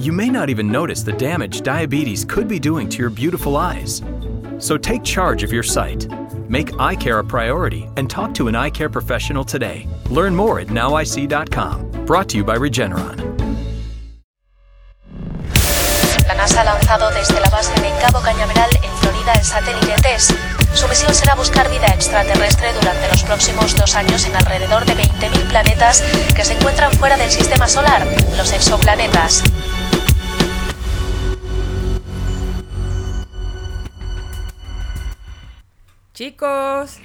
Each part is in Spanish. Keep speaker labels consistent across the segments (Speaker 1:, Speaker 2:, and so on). Speaker 1: You may not even notice the damage diabetes could be doing to your beautiful eyes. So take charge of your sight. Make eye care a priority and talk to an eye care professional today. Learn more at nowic.com. Brought to you by Regeneron.
Speaker 2: La NASA ha lanzado desde la base de Cabo Cañaveral en Florida el satélite TESS. Su misión será buscar vida extraterrestre durante los próximos dos años en alrededor de 20.000 planetas que se encuentran fuera del sistema solar, los exoplanetas.
Speaker 3: Chicos,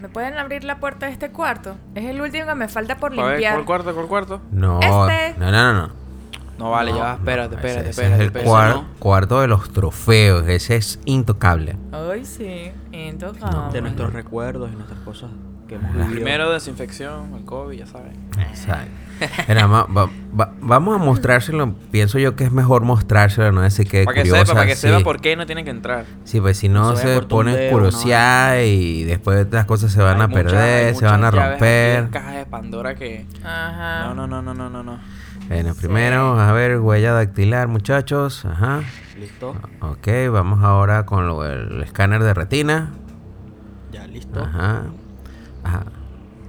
Speaker 3: ¿me pueden abrir la puerta de este cuarto? Es el último que me falta por
Speaker 4: A ver,
Speaker 3: limpiar.
Speaker 4: ¿cuál cuarto? ¿Cuál cuarto?
Speaker 5: No,
Speaker 3: Este.
Speaker 5: no, no, no. no.
Speaker 4: No vale,
Speaker 5: No,
Speaker 4: ya, va,
Speaker 5: no,
Speaker 4: espérate,
Speaker 5: ese-
Speaker 4: espérate,
Speaker 5: ese
Speaker 4: espérate.
Speaker 5: Es el
Speaker 4: espérate,
Speaker 5: cuar-
Speaker 4: no.
Speaker 5: cuarto de los trofeos. Ese es intocable.
Speaker 3: Ay, sí, entonces.
Speaker 4: De nuestro-
Speaker 6: de nuestros recuerdos y nuestras cosas que hemos
Speaker 4: La
Speaker 6: vivido.
Speaker 4: Primero desinfección, el COVID, ya saben.
Speaker 5: Exacto. Era, ma- va- va- vamos a mostrárselo. Pienso yo que es mejor mostrárselo, no decir que
Speaker 4: Para que
Speaker 5: curiosa,
Speaker 4: sepa, para que
Speaker 5: sí.
Speaker 4: sepa por qué no tienen que entrar.
Speaker 5: Sí, pues si no
Speaker 6: No se
Speaker 5: se
Speaker 6: corta un
Speaker 5: ponen
Speaker 6: dedo,
Speaker 5: curiosidad y después las cosas se van
Speaker 4: Hay
Speaker 5: a
Speaker 4: muchas-
Speaker 5: perder,
Speaker 4: hay
Speaker 5: se van a
Speaker 4: muchas llaves aquí en
Speaker 5: romper.
Speaker 4: cajas de Pandora que.
Speaker 3: Ajá.
Speaker 4: No, no, no, no, no, no. no.
Speaker 5: Bueno, primero vamos a ver huella dactilar, muchachos. Ajá.
Speaker 6: ¿Listo?
Speaker 5: Ok, vamos ahora con lo- el escáner de retina.
Speaker 6: Ya, listo.
Speaker 5: Ajá. Ajá.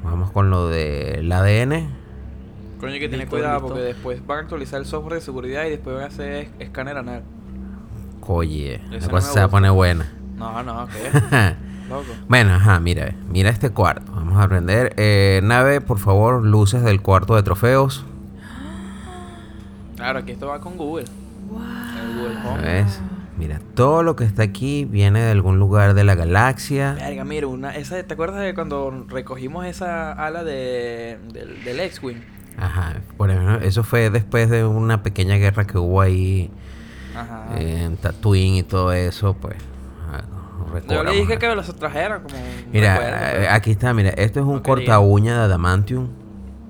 Speaker 5: Vamos con lo del ADN.
Speaker 4: Coño, hay que tener
Speaker 6: Listo,
Speaker 4: cuidado
Speaker 6: listo.
Speaker 4: porque después van a actualizar el software de seguridad y después van a hacer es- escáner anal.
Speaker 5: Oye, la
Speaker 4: Ese no
Speaker 5: cosa
Speaker 4: me
Speaker 5: se va a
Speaker 4: gusta.
Speaker 5: poner buena.
Speaker 4: No, no, ¿qué? Loco.
Speaker 5: bueno, ajá, mira, mira este cuarto. Vamos a prender. Eh, nave, por favor, luces del cuarto de trofeos.
Speaker 4: Claro, aquí esto va con Google. El Google Home.
Speaker 5: ¿Ves? Mira, todo lo que está aquí viene de algún lugar de la galaxia.
Speaker 4: Verga, mira, una, esa, ¿te acuerdas de cuando recogimos esa ala de, del, del X-Wing?
Speaker 5: Ajá, por ejemplo, eso fue después de una pequeña guerra que hubo ahí
Speaker 4: Ajá.
Speaker 5: eh, en Tatooine y todo eso, pues. ah,
Speaker 4: Yo le
Speaker 5: recobramos
Speaker 4: dije
Speaker 5: algo.
Speaker 4: que los trajeran como... un
Speaker 5: Mira,
Speaker 4: recuerdo, pues.
Speaker 5: eh,
Speaker 4: pero-
Speaker 5: aquí está, mira, esto es un
Speaker 4: No quería.
Speaker 5: corta uña de adamantium.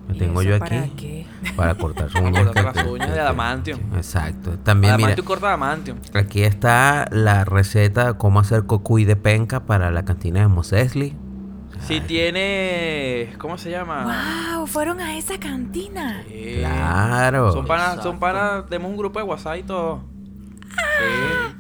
Speaker 5: Lo
Speaker 3: ¿Y
Speaker 5: tengo
Speaker 3: eso
Speaker 5: yo aquí.
Speaker 3: para qué?
Speaker 5: Para cortar
Speaker 4: Para
Speaker 5: uñas.
Speaker 4: cortar
Speaker 5: que-
Speaker 4: las uñas de adamantium.
Speaker 5: Exacto. También mira,
Speaker 4: Adamantium corta adamantium.
Speaker 5: aquí está la receta de cómo hacer cocuy de penca para la cantina de Mos Eisley.
Speaker 4: Si tiene... ¿Cómo se llama?
Speaker 3: ¡Wow! Fueron a esa cantina.
Speaker 6: Eh,
Speaker 4: Sí.
Speaker 5: Claro.
Speaker 4: Son panas, son
Speaker 6: Exacto.
Speaker 4: panas, tenemos un grupo de WhatsApp y todo. Sí. Ah,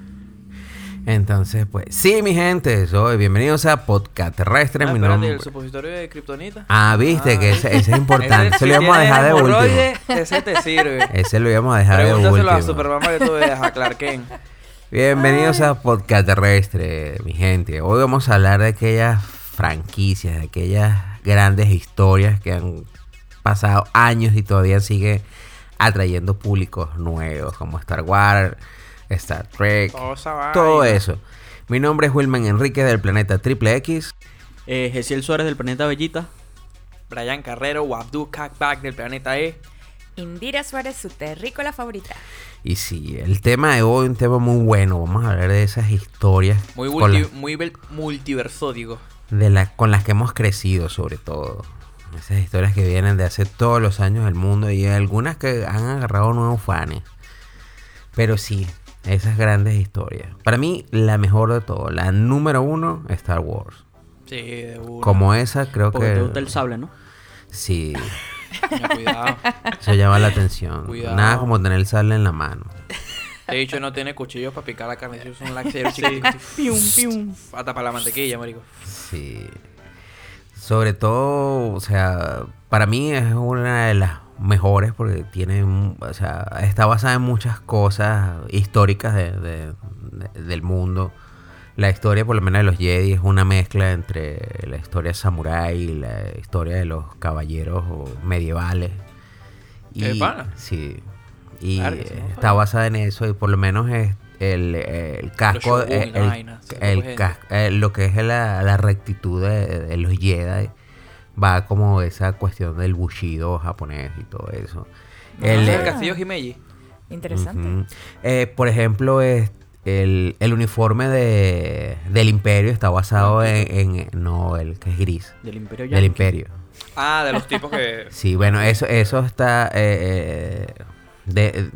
Speaker 5: Entonces, pues, sí, mi gente, soy bienvenidos a Podcast Terrestre,
Speaker 4: Ah,
Speaker 5: mi
Speaker 4: espérate,
Speaker 5: nombre.
Speaker 4: el supositorio de Kryptonita.
Speaker 5: Ah, viste
Speaker 4: Ah,
Speaker 5: que ese, ese es importante.
Speaker 4: Ese,
Speaker 5: Se lo
Speaker 4: si
Speaker 5: íbamos a
Speaker 4: tienes
Speaker 5: dejar de último.
Speaker 4: hemorroides, Ese te sirve.
Speaker 5: Ese lo íbamos a dejar de
Speaker 4: Pregúntaselo a
Speaker 5: último.
Speaker 4: Superman para que tú veas a Clark Kent.
Speaker 5: Bienvenidos a Podcast Terrestre, mi gente. Hoy vamos a hablar de aquellas franquicias, de aquellas grandes historias que han pasado años y todavía sigue atrayendo públicos nuevos, como Star Wars, Star Trek,
Speaker 4: Toda esa vaina.
Speaker 5: todo eso. Mi nombre es Wilman Enrique del planeta Triple X.
Speaker 6: Eh, Gesiel Suárez del planeta Bellita.
Speaker 4: Brian Carrero, Wabdu Cackback del planeta E.
Speaker 3: Indira Suárez, su terrícola favorita.
Speaker 5: Y sí, el tema de hoy es un tema muy bueno. Vamos a hablar de esas historias
Speaker 4: Muy,
Speaker 5: con
Speaker 4: multi-
Speaker 5: las-
Speaker 4: muy bel- multiversódico.
Speaker 5: de la- con las que hemos crecido sobre todo. Esas historias que vienen de hace todos los años del mundo y algunas que han agarrado nuevos fans. Pero sí, esas grandes historias. Para mí, la mejor de todo, la número uno, Star Wars.
Speaker 4: Sí, de una.
Speaker 5: Como esa, creo
Speaker 6: Porque te gusta
Speaker 5: que...
Speaker 6: el sable, ¿no?
Speaker 5: Sí,
Speaker 4: Coño, Cuidado.
Speaker 5: eso llama la atención.
Speaker 4: Cuidado.
Speaker 5: Nada como tener el sable en la mano.
Speaker 4: He dicho, no tiene cuchillos para picar la carne. Eso es un laxero chiquito.
Speaker 3: Pium, pium.
Speaker 4: Hasta para la mantequilla, marico.
Speaker 5: Sí. Sobre todo, o sea, para mí es una de las mejores porque tiene, un- o sea, está basada en muchas cosas históricas de- de- de- del mundo. La historia, por lo menos, de los Jedi es una mezcla entre la historia samurái y la historia de los caballeros medievales.
Speaker 4: ¿Qué pana?
Speaker 5: Sí. Y
Speaker 4: Verga, eso no
Speaker 5: eh,
Speaker 4: sabía.
Speaker 5: está basada en eso y por lo menos es el, el casco,
Speaker 4: shogun y
Speaker 5: el,
Speaker 4: la
Speaker 5: el-
Speaker 4: vaina, sí,
Speaker 5: el
Speaker 4: pues,
Speaker 5: cas- eh, lo que es la, la rectitud de, de los Jedi, va como esa cuestión del bushido japonés y todo eso. El,
Speaker 4: El,
Speaker 5: eh,
Speaker 4: el Ah. castillo Himeji.
Speaker 3: Interesante.
Speaker 5: ujú. Eh, por ejemplo, es el, el uniforme de, del imperio está basado en, en- No, el que es gris.
Speaker 6: Del Imperio
Speaker 5: Del
Speaker 6: Yankee.
Speaker 5: imperio.
Speaker 4: Ah, de los tipos que.
Speaker 5: Sí, bueno, eso, eso está. eh, eh, de,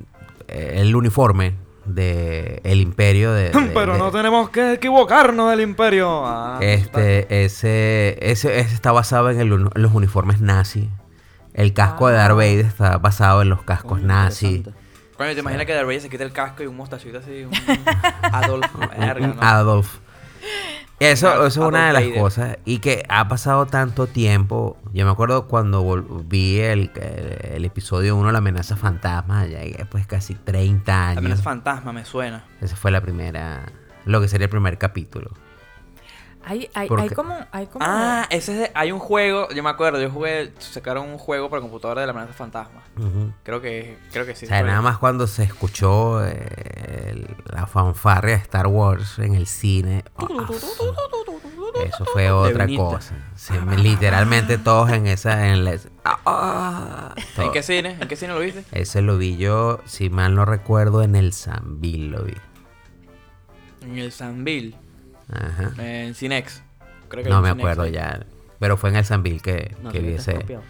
Speaker 5: eh, el uniforme de el imperio de. de- de-
Speaker 4: tenemos que equivocarnos del imperio. Ah,
Speaker 5: Este, ese, ese, ese está basado en el uni- los
Speaker 4: Ah.
Speaker 5: uniformes nazi. El casco de Darth Vader está basado en los cascos
Speaker 6: Coño,
Speaker 5: nazi.
Speaker 6: interesante.
Speaker 4: Coño, te imaginas que Darth se quita el casco y un mostacito así, un Adolf. verga,
Speaker 5: Un
Speaker 4: ¿no?
Speaker 5: Adolf. Eso,
Speaker 4: Adolf-
Speaker 5: eso es una de
Speaker 4: Adolf
Speaker 5: las
Speaker 4: Vader.
Speaker 5: cosas. Y que ha pasado tanto tiempo. Yo me acuerdo cuando vol- vi el, el- el episodio 1, La amenaza fantasma. Ya ya, pues casi 30
Speaker 4: La
Speaker 5: años.
Speaker 4: amenaza fantasma me suena.
Speaker 5: Esa fue la primera. Lo que sería el primer capítulo.
Speaker 3: Hay, hay,
Speaker 5: ¿Por
Speaker 3: hay
Speaker 5: qué?
Speaker 3: como. Hay como
Speaker 4: Ah, ese es de- hay un juego, yo me acuerdo, yo jugué, sacaron un juego para computadora de la amenaza fantasma.
Speaker 5: Ujú.
Speaker 4: Creo que, creo que sí.
Speaker 5: o sea,
Speaker 4: fue.
Speaker 5: nada más cuando se escuchó eh, el- la fanfarria de Star Wars en el cine. ah, eso fue otra
Speaker 6: viniste.
Speaker 5: cosa. Sí, literalmente todos en esa. En la- ah, ah,
Speaker 4: ¿En
Speaker 5: todo.
Speaker 4: qué cine? ¿En qué cine lo viste?
Speaker 5: Ese lo vi yo, si mal no recuerdo, en el Zambil lo vi.
Speaker 4: En el Sanville,
Speaker 5: Ajá.
Speaker 4: en Cinex. Creo que
Speaker 5: No
Speaker 4: en
Speaker 5: me
Speaker 4: Cinex,
Speaker 5: acuerdo
Speaker 4: sí.
Speaker 5: ya. Pero fue en el Zambil que,
Speaker 6: No,
Speaker 5: que
Speaker 6: te
Speaker 5: vi
Speaker 6: metas
Speaker 5: ese,
Speaker 6: copiado.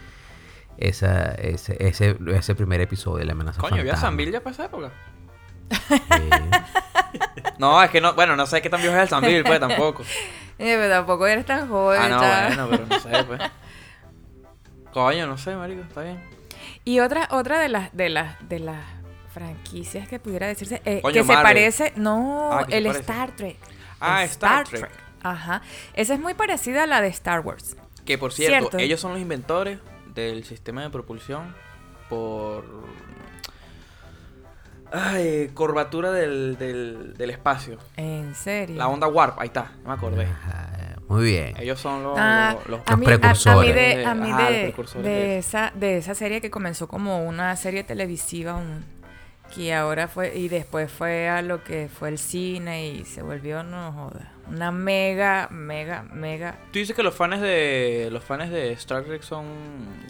Speaker 5: esa- ese, ese, ese primer episodio de la amenaza.
Speaker 4: Coño, ¿vio a
Speaker 5: fantasma.
Speaker 4: Sanville ya para esa época?
Speaker 5: Sí.
Speaker 4: No, es que no, bueno, no sé qué tan viejo es el Sanville, pues tampoco.
Speaker 3: Eh, pero tampoco eres tan joven.
Speaker 4: Ah, no,
Speaker 3: ¿sabes?
Speaker 4: bueno, pero no sé, pues. Coño, no sé, marico, está bien.
Speaker 3: Y otra, otra de las, de las, de las franquicias que pudiera decirse, eh,
Speaker 4: Coño,
Speaker 3: que se
Speaker 4: Marvel.
Speaker 3: parece, no,
Speaker 4: Ah, que se
Speaker 3: el
Speaker 4: parece.
Speaker 3: Star Trek.
Speaker 4: Ah,
Speaker 3: El
Speaker 4: Star Trek.
Speaker 3: Ajá. Esa es muy parecida a la de Star Wars.
Speaker 4: Que por cierto,
Speaker 3: Cierto.
Speaker 4: ellos son los inventores del sistema de propulsión por. Ay, curvatura del, del, del espacio.
Speaker 3: En serio.
Speaker 4: La onda warp, ahí está, no me acordé.
Speaker 5: Ajá, Muy bien.
Speaker 4: Ellos son los.
Speaker 3: Ah,
Speaker 4: los- los-
Speaker 3: a, mí, a- a, mí
Speaker 5: precursores.
Speaker 3: de, a mí
Speaker 4: Ajá, Ah, los
Speaker 3: de-
Speaker 4: precursores
Speaker 3: de
Speaker 4: de
Speaker 3: esa, de esa serie que comenzó como una serie televisiva, un- que ahora fue, y después fue a lo que fue el cine y se volvió, no joda, una mega, mega, mega
Speaker 4: Tú dices que los fans de. Los fans de Star Trek son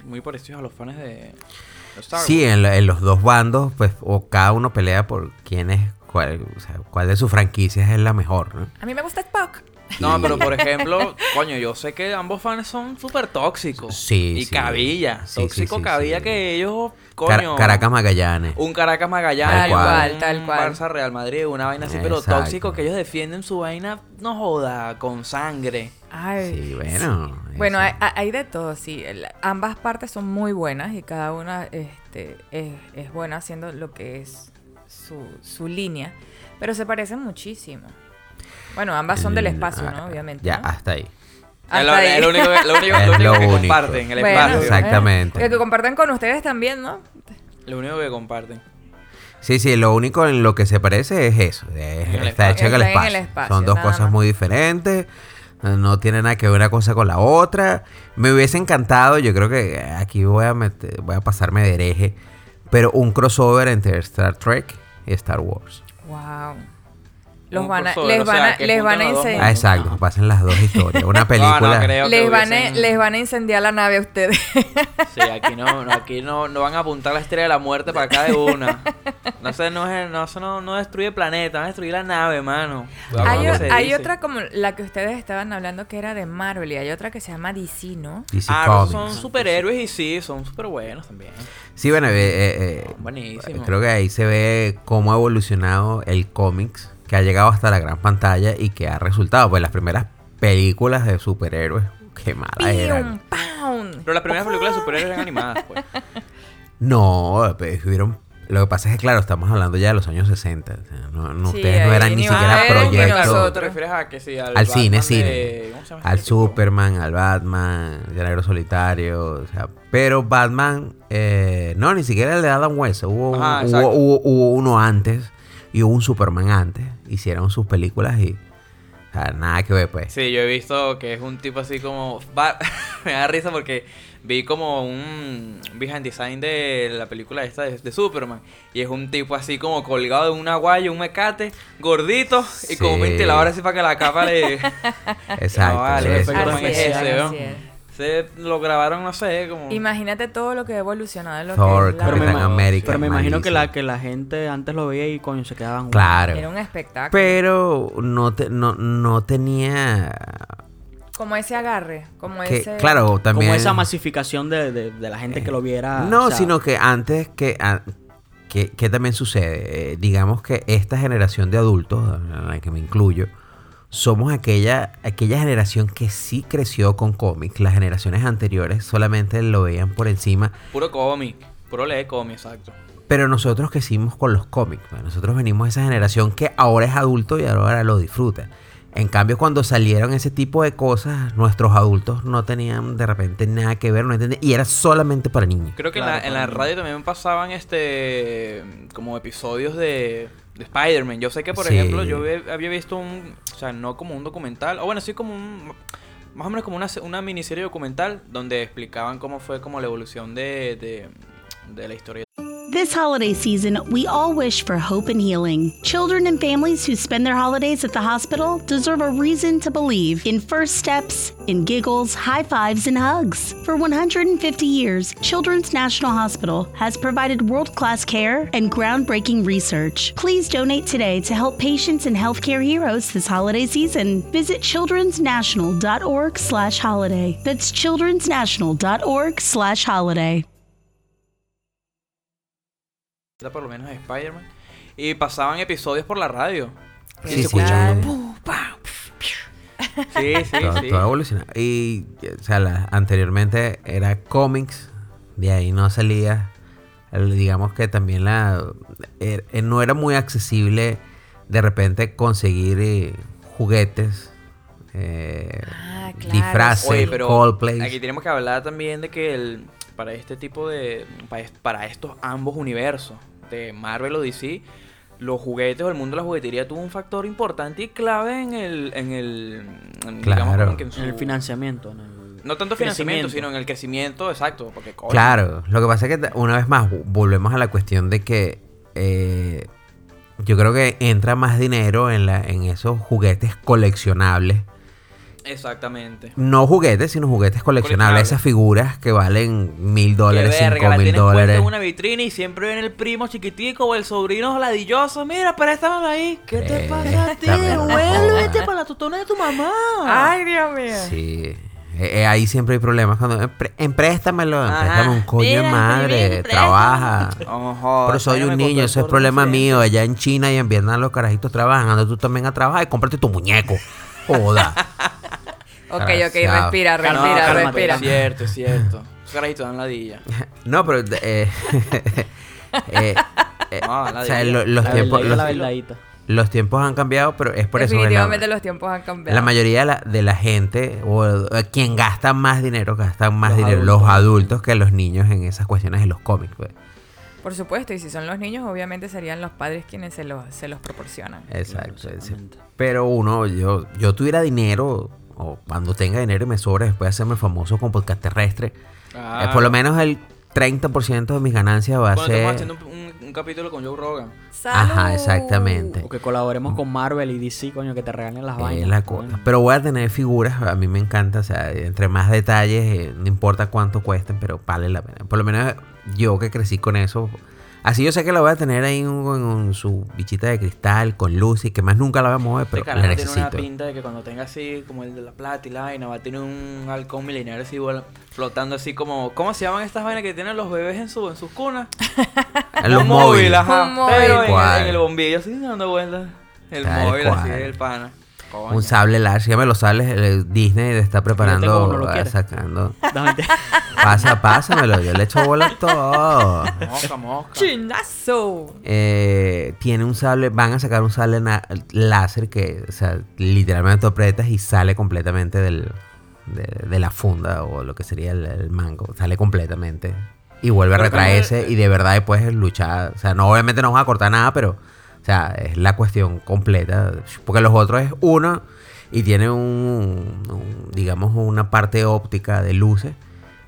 Speaker 4: muy parecidos a los fans de. de Star
Speaker 5: Sí, en, la- en los dos bandos, pues, o cada uno pelea por quién es, cuál, o sea, cuál de sus franquicias es la mejor, ¿no?
Speaker 3: A mí me gusta Spock.
Speaker 4: Wars. No, pero por ejemplo, coño, yo sé que ambos fans son súper tóxicos.
Speaker 5: Sí,
Speaker 4: Y
Speaker 5: sí.
Speaker 4: cabilla.
Speaker 5: Sí, sí,
Speaker 4: Tóxico
Speaker 5: sí,
Speaker 4: cabilla
Speaker 5: sí.
Speaker 4: que ellos.
Speaker 5: Cara-
Speaker 4: Coño.
Speaker 5: Caracas Magallanes.
Speaker 4: Un Caracas Magallanes,
Speaker 5: Tal cual,
Speaker 4: un
Speaker 3: tal cual.
Speaker 4: Barça Real Madrid, una vaina así, pero
Speaker 5: Exacto.
Speaker 4: tóxico, que ellos defienden su vaina, no joda, con sangre.
Speaker 3: Ay.
Speaker 5: Sí, bueno.
Speaker 3: Bueno,
Speaker 5: eso.
Speaker 3: hay, hay de todo, sí. El- ambas partes son muy buenas y cada una este, es, es buena haciendo lo que es su, su línea, pero se parecen muchísimo. Bueno, ambas son del
Speaker 5: Mm,
Speaker 3: espacio,
Speaker 5: ah,
Speaker 3: ¿no? Obviamente.
Speaker 5: Ya,
Speaker 3: ¿no?
Speaker 5: hasta ahí.
Speaker 3: Hasta
Speaker 4: Es lo,
Speaker 3: ahí.
Speaker 4: es lo único, que- lo único-
Speaker 5: Es
Speaker 4: lo único
Speaker 5: lo
Speaker 4: que
Speaker 5: único.
Speaker 4: comparten, el
Speaker 3: Bueno,
Speaker 4: espacio.
Speaker 5: Exactamente.
Speaker 3: eh, Que compartan con ustedes también, ¿no?
Speaker 4: Lo único que comparten.
Speaker 5: Sí, sí, lo único en lo que se parece es eso. es-
Speaker 4: En el
Speaker 5: está
Speaker 4: espacio.
Speaker 5: hecho en el
Speaker 3: Está en el
Speaker 5: espacio.
Speaker 3: espacio,
Speaker 5: Son dos
Speaker 3: nada
Speaker 5: cosas
Speaker 3: más.
Speaker 5: muy diferentes. No tiene nada que ver una cosa con la otra. Me hubiese encantado, yo creo que aquí voy a, meter- voy a pasarme de hereje, pero un crossover entre Star Trek y Star Wars.
Speaker 3: Wow. Los
Speaker 4: Un
Speaker 3: van a,
Speaker 4: crossover,
Speaker 3: les
Speaker 4: o
Speaker 3: van
Speaker 4: sea,
Speaker 3: a,
Speaker 4: que
Speaker 3: les van a
Speaker 4: juntan los dos
Speaker 3: incendiar.
Speaker 5: Ah,
Speaker 4: mundos.
Speaker 5: exacto, pasen las dos historias. Una película.
Speaker 4: No, no creo que
Speaker 3: Les van, a,
Speaker 4: hubiesen-
Speaker 3: les van a incendiar la nave a ustedes.
Speaker 4: Sí, aquí no, no, aquí no, no van a apuntar la estrella de la muerte para acá de una. No sé, no, es- no, eso no, no destruye planeta, van a destruir la nave, mano. Cuidado con
Speaker 3: hay
Speaker 4: lo
Speaker 3: o-
Speaker 4: que se
Speaker 3: hay
Speaker 4: dice.
Speaker 3: otra como la que ustedes estaban hablando que era de Marvel y hay otra que se llama DC, ¿no?
Speaker 5: DC
Speaker 4: Ah, pero esos son
Speaker 5: Comics.
Speaker 4: superhéroes y sí, son súper buenos también.
Speaker 5: Sí, bueno, eh, eh, eh,
Speaker 4: Buenísimo.
Speaker 5: creo que ahí se ve cómo ha evolucionado el cómics, que ha llegado hasta la gran pantalla y que ha resultado. Pues las primeras películas de superhéroes, qué malas
Speaker 3: ¡Pium!
Speaker 5: eran.
Speaker 3: ¡Pam!
Speaker 4: Pero las primeras películas de superhéroes
Speaker 3: Ah,
Speaker 4: eran animadas, pues.
Speaker 5: No, pues, hubieron- Lo que pasa es que, claro, estamos hablando ya de los años 60. o sea, No, no,
Speaker 3: Sí,
Speaker 5: ustedes no
Speaker 3: ahí
Speaker 5: eran ni
Speaker 3: ni
Speaker 5: siquiera
Speaker 3: va a ver ni
Speaker 5: proyectos.
Speaker 3: nosotros.
Speaker 4: ¿Te refieres a que sí? Al,
Speaker 5: Al cine,
Speaker 4: Batman
Speaker 5: cine.
Speaker 4: de- ¿cómo se llama
Speaker 5: Al
Speaker 4: este tipo?
Speaker 5: Superman, al Batman, Llanero Solitario, o sea, pero Batman, eh, no, ni siquiera el de Adam West, hubo, un-
Speaker 4: Ajá,
Speaker 5: hubo,
Speaker 4: exacto.
Speaker 5: hubo- hubo uno antes y hubo un Superman antes, hicieron sus películas y, o sea, nada que ver pues.
Speaker 4: Sí, yo he visto que es un tipo así como... va- Me da risa porque vi como un behind design de la película esta de, de Superman. Y es un tipo así como colgado de un aguayo, un mecate, gordito y con un
Speaker 5: Sí.
Speaker 4: ventilador así para que la capa le...
Speaker 5: Exacto.
Speaker 4: No, Ah, vale,
Speaker 5: es-
Speaker 4: pero
Speaker 3: Así
Speaker 4: Superman
Speaker 3: es,
Speaker 4: es ese,
Speaker 3: así
Speaker 4: ¿no?
Speaker 3: es.
Speaker 4: Se lo grabaron, no sé, como...
Speaker 3: Imagínate todo lo que ha evolucionado lo
Speaker 5: Thor,
Speaker 3: que es la-
Speaker 6: Pero me
Speaker 5: Capitán
Speaker 6: imagino-
Speaker 5: América.
Speaker 6: Pero me imagino que la,
Speaker 5: malísimo.
Speaker 6: que la gente antes lo veía y coño se quedaban.
Speaker 5: Claro.
Speaker 3: Era un espectáculo.
Speaker 5: Pero no, te- no, no tenía...
Speaker 3: como ese agarre, como
Speaker 5: que-
Speaker 3: ese...
Speaker 5: claro, también... Eh,
Speaker 6: Como esa masificación de, de- de la gente que lo viera.
Speaker 5: No,
Speaker 6: Ah, o sea,
Speaker 5: sino que antes que, a- que, que también sucede, Eh, digamos que esta generación de adultos, en la que me incluyo, somos aquella, aquella generación que sí creció con cómics. Las generaciones anteriores solamente lo veían por encima.
Speaker 4: Puro cómic, puro lee cómic, exacto.
Speaker 5: Pero nosotros crecimos con los cómics. ¿no? Nosotros venimos de esa generación que ahora es adulto y ahora lo disfruta. En cambio, cuando salieron ese tipo de cosas, nuestros adultos no tenían de repente nada que ver, no entendían, y era solamente para niños.
Speaker 4: Creo que en
Speaker 6: Claro,
Speaker 4: la- en, la,
Speaker 6: para mí.
Speaker 4: radio también pasaban este como episodios de, de Spider-Man. Yo sé que, por
Speaker 5: Sí.
Speaker 4: ejemplo, yo ve- había visto un, o sea, no como un documental, o bueno, sí como un, más o menos como una, se- una miniserie documental donde explicaban cómo fue como la evolución de, de, de la historia.
Speaker 7: This holiday season, we all wish for hope and healing. Children and families who spend their holidays at the hospital deserve a reason to believe in first steps, in giggles, high fives, and hugs. For 150 years, Children's National Hospital has provided world class care and groundbreaking research. Please donate today to help patients and healthcare heroes this holiday season. Visit childrensnational.org slash holiday. That's childrensnational.org slash holiday.
Speaker 4: Era por lo menos de Spider-Man. Y pasaban episodios por la radio. Y
Speaker 5: Sí, sí,
Speaker 4: se escuchaba
Speaker 5: claro.
Speaker 4: pum, pam, pf, piu. Sí, sí,
Speaker 5: Todo,
Speaker 4: sí.
Speaker 5: todo ha evolucionado. Y, o sea, la- anteriormente era cómics, de ahí no salía. El- digamos que también la er- eh, no era muy accesible de repente conseguir eh, juguetes, eh,
Speaker 3: Ah, claro,
Speaker 5: disfraces,
Speaker 4: Oye, pero
Speaker 5: callplays.
Speaker 4: aquí tenemos que hablar también de que el, para este tipo de para, es- para estos ambos universos de Marvel o DC los juguetes o el mundo de la juguetería tuvo un factor importante y clave en el en el en, digamos,
Speaker 5: Claro.
Speaker 4: como que en
Speaker 6: En el
Speaker 4: su-
Speaker 6: financiamiento. en el
Speaker 4: no tanto financiamiento
Speaker 6: crecimiento.
Speaker 4: sino en el crecimiento exacto porque coño,
Speaker 5: Claro, lo que pasa es que ta- una vez más vo- volvemos a la cuestión de que eh, yo creo que entra más dinero en, la, en esos juguetes coleccionables.
Speaker 4: exactamente
Speaker 5: No juguetes, sino juguetes coleccionables.
Speaker 4: Coleccionables.
Speaker 5: Esas figuras que valen mil dólares,
Speaker 4: Qué verga,
Speaker 5: cinco
Speaker 4: la
Speaker 5: mil
Speaker 4: tienes puesta
Speaker 5: dólares.
Speaker 4: en una vitrina y siempre ven el primo chiquitico o el sobrino ladilloso. Mira, préstamelo ahí. ¿Qué te
Speaker 5: Eh,
Speaker 4: pasa a ti?
Speaker 5: también, no
Speaker 4: Vuélvete
Speaker 5: jodas.
Speaker 4: para la tutona de tu mamá.
Speaker 6: Ah,
Speaker 3: Ay, Dios mío.
Speaker 5: Sí. Eh, eh, ahí siempre hay problemas cuando "Empre- empréstamelo,
Speaker 4: Ajá.
Speaker 5: empréstame un coño de
Speaker 4: Mira, Oh,
Speaker 5: madre,
Speaker 4: préstame.
Speaker 5: trabaja.
Speaker 4: No jodas,
Speaker 5: Pero soy
Speaker 4: págame
Speaker 5: un
Speaker 4: con
Speaker 5: niño,
Speaker 4: tu
Speaker 5: eso es
Speaker 4: entorno
Speaker 5: problema
Speaker 4: diferente.
Speaker 5: mío. Allá en China y en Vietnam los carajitos trabajan, anda tú también a trabajar y cómprate tu muñeco. Joda.
Speaker 3: Ok, ok,
Speaker 5: Desgraciado.
Speaker 3: respira,
Speaker 4: Ah, no,
Speaker 3: respira,
Speaker 4: cálmate,
Speaker 3: respira.
Speaker 4: Es cierto, es cierto. Esos carajitos dan ladilla.
Speaker 5: No, pero eh, eh, eh,
Speaker 4: No,
Speaker 5: o
Speaker 4: Ah, la
Speaker 5: sea,
Speaker 4: diría.
Speaker 5: lo- los,
Speaker 6: la
Speaker 5: tiempos,
Speaker 6: verdadita,
Speaker 5: los,
Speaker 6: la verdadita.
Speaker 5: los tiempos han cambiado, pero es por eso. que la-
Speaker 3: Definitivamente los tiempos han cambiado.
Speaker 5: La mayoría de la, de la gente o eh, quien gasta más dinero, gastan más
Speaker 6: Los
Speaker 5: dinero
Speaker 6: adultos.
Speaker 5: los adultos que los niños en esas cuestiones de los cómics. pues.
Speaker 3: Por supuesto, y si son los niños, obviamente serían los padres quienes se los, se los proporcionan.
Speaker 5: Exacto.
Speaker 6: Claro,
Speaker 5: sí.
Speaker 6: exactamente.
Speaker 5: Pero uno, yo, yo tuviera dinero, o cuando tenga dinero y me sobra, después de hacerme famoso con podcast terrestre,
Speaker 4: Ah.
Speaker 5: eh, por lo menos el 30% de mis ganancias va a
Speaker 4: Cuando estamos
Speaker 5: ser...
Speaker 4: haciendo un, un- un capítulo con Joe Rogan.
Speaker 5: Ajá, exactamente.
Speaker 6: O que colaboremos con Marvel y DC, coño, que te regalen las
Speaker 5: Es
Speaker 6: vainas.
Speaker 5: Eh, la
Speaker 4: pues,
Speaker 6: coño.
Speaker 5: cosa. Pero voy a tener figuras, a mí me encanta, o sea, entre más detalles, eh, no importa cuánto cuesten, pero vale la pena. Por lo menos yo que crecí con eso, así yo sé que la voy a tener ahí en, un- en su bichita de cristal, con luz y que más nunca la voy a mover,
Speaker 4: Este
Speaker 5: pero la
Speaker 4: carajo tiene una
Speaker 5: necesito.
Speaker 4: pinta de que cuando tenga así, como el de la plata y la vaina, va a tener un halcón milenario así vola- flotando así como. ¿Cómo se llaman estas vainas que tienen los bebés en, su, en sus cunas?
Speaker 5: Los
Speaker 4: Un
Speaker 5: móviles.
Speaker 4: ajá.
Speaker 3: Un móvil.
Speaker 4: Pero en,
Speaker 5: Cual.
Speaker 4: en el bombillo así dando vueltas. El
Speaker 5: Tal
Speaker 4: móvil así
Speaker 5: cual.
Speaker 4: del pana. Coño.
Speaker 5: Un sable láser, ya me lo sales, el Disney está preparando,
Speaker 6: uno, ¿lo
Speaker 5: ah,
Speaker 6: quieres?
Speaker 5: sacando.
Speaker 6: No, mentira.
Speaker 5: Pasa, pásamelo, yo le echo bola a todo.
Speaker 4: Mosca, mosca.
Speaker 3: ¡Chinazo!
Speaker 5: Eh, tiene un sable, van a sacar un sable na- láser que, o sea, literalmente tú aprietas y sale completamente del, de, de la funda o lo que sería el, el mango, sale completamente y vuelve a
Speaker 4: Pero como
Speaker 5: retraerse y de verdad después es luchar, o sea, no obviamente no vas a cortar nada, pero, o sea, es la cuestión completa, porque los otros es uno y tiene un, un- digamos, una parte óptica de luces.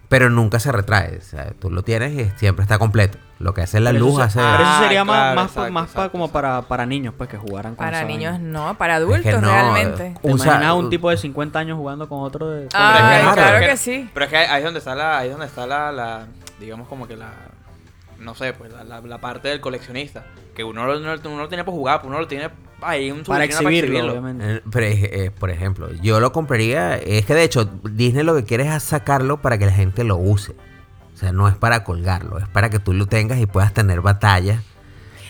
Speaker 5: Pero nunca se retrae. O sea, tú lo tienes y siempre está completo. Lo que hace la
Speaker 6: Pero
Speaker 5: luz
Speaker 6: eso,
Speaker 5: hace.
Speaker 6: pero eso
Speaker 4: Ah,
Speaker 6: sería más,
Speaker 4: claro,
Speaker 6: más,
Speaker 4: exacto,
Speaker 6: pa- más pa-
Speaker 4: exacto,
Speaker 6: como
Speaker 4: exacto.
Speaker 6: Para, para niños, pues que jugaran con
Speaker 3: Para
Speaker 6: esa
Speaker 3: niños
Speaker 6: vaina.
Speaker 3: no, para
Speaker 5: Es
Speaker 3: adultos
Speaker 5: que no, eh.
Speaker 3: realmente.
Speaker 6: ¿Te
Speaker 5: usa-
Speaker 6: imaginas un tipo de 50 años jugando con otro de...
Speaker 3: Ah,
Speaker 4: Pero es que-
Speaker 5: claro.
Speaker 4: pero es
Speaker 3: que sí.
Speaker 4: Pero es que ahí es donde está la, ahí es donde está la, la- digamos como que la, no sé, pues la, la- la parte del coleccionista. Que uno lo, uno, lo- uno lo tiene para jugar, pues uno lo tiene ahí en su
Speaker 6: para
Speaker 4: vitrina
Speaker 6: exhibirlo, obviamente.
Speaker 5: Eh, Pero, es- eh, por ejemplo, yo lo compraría. Es que de hecho, Disney lo que quiere es sacarlo para que la gente lo use. O sea, no es para colgarlo, es para que tú lo tengas y puedas tener batallas.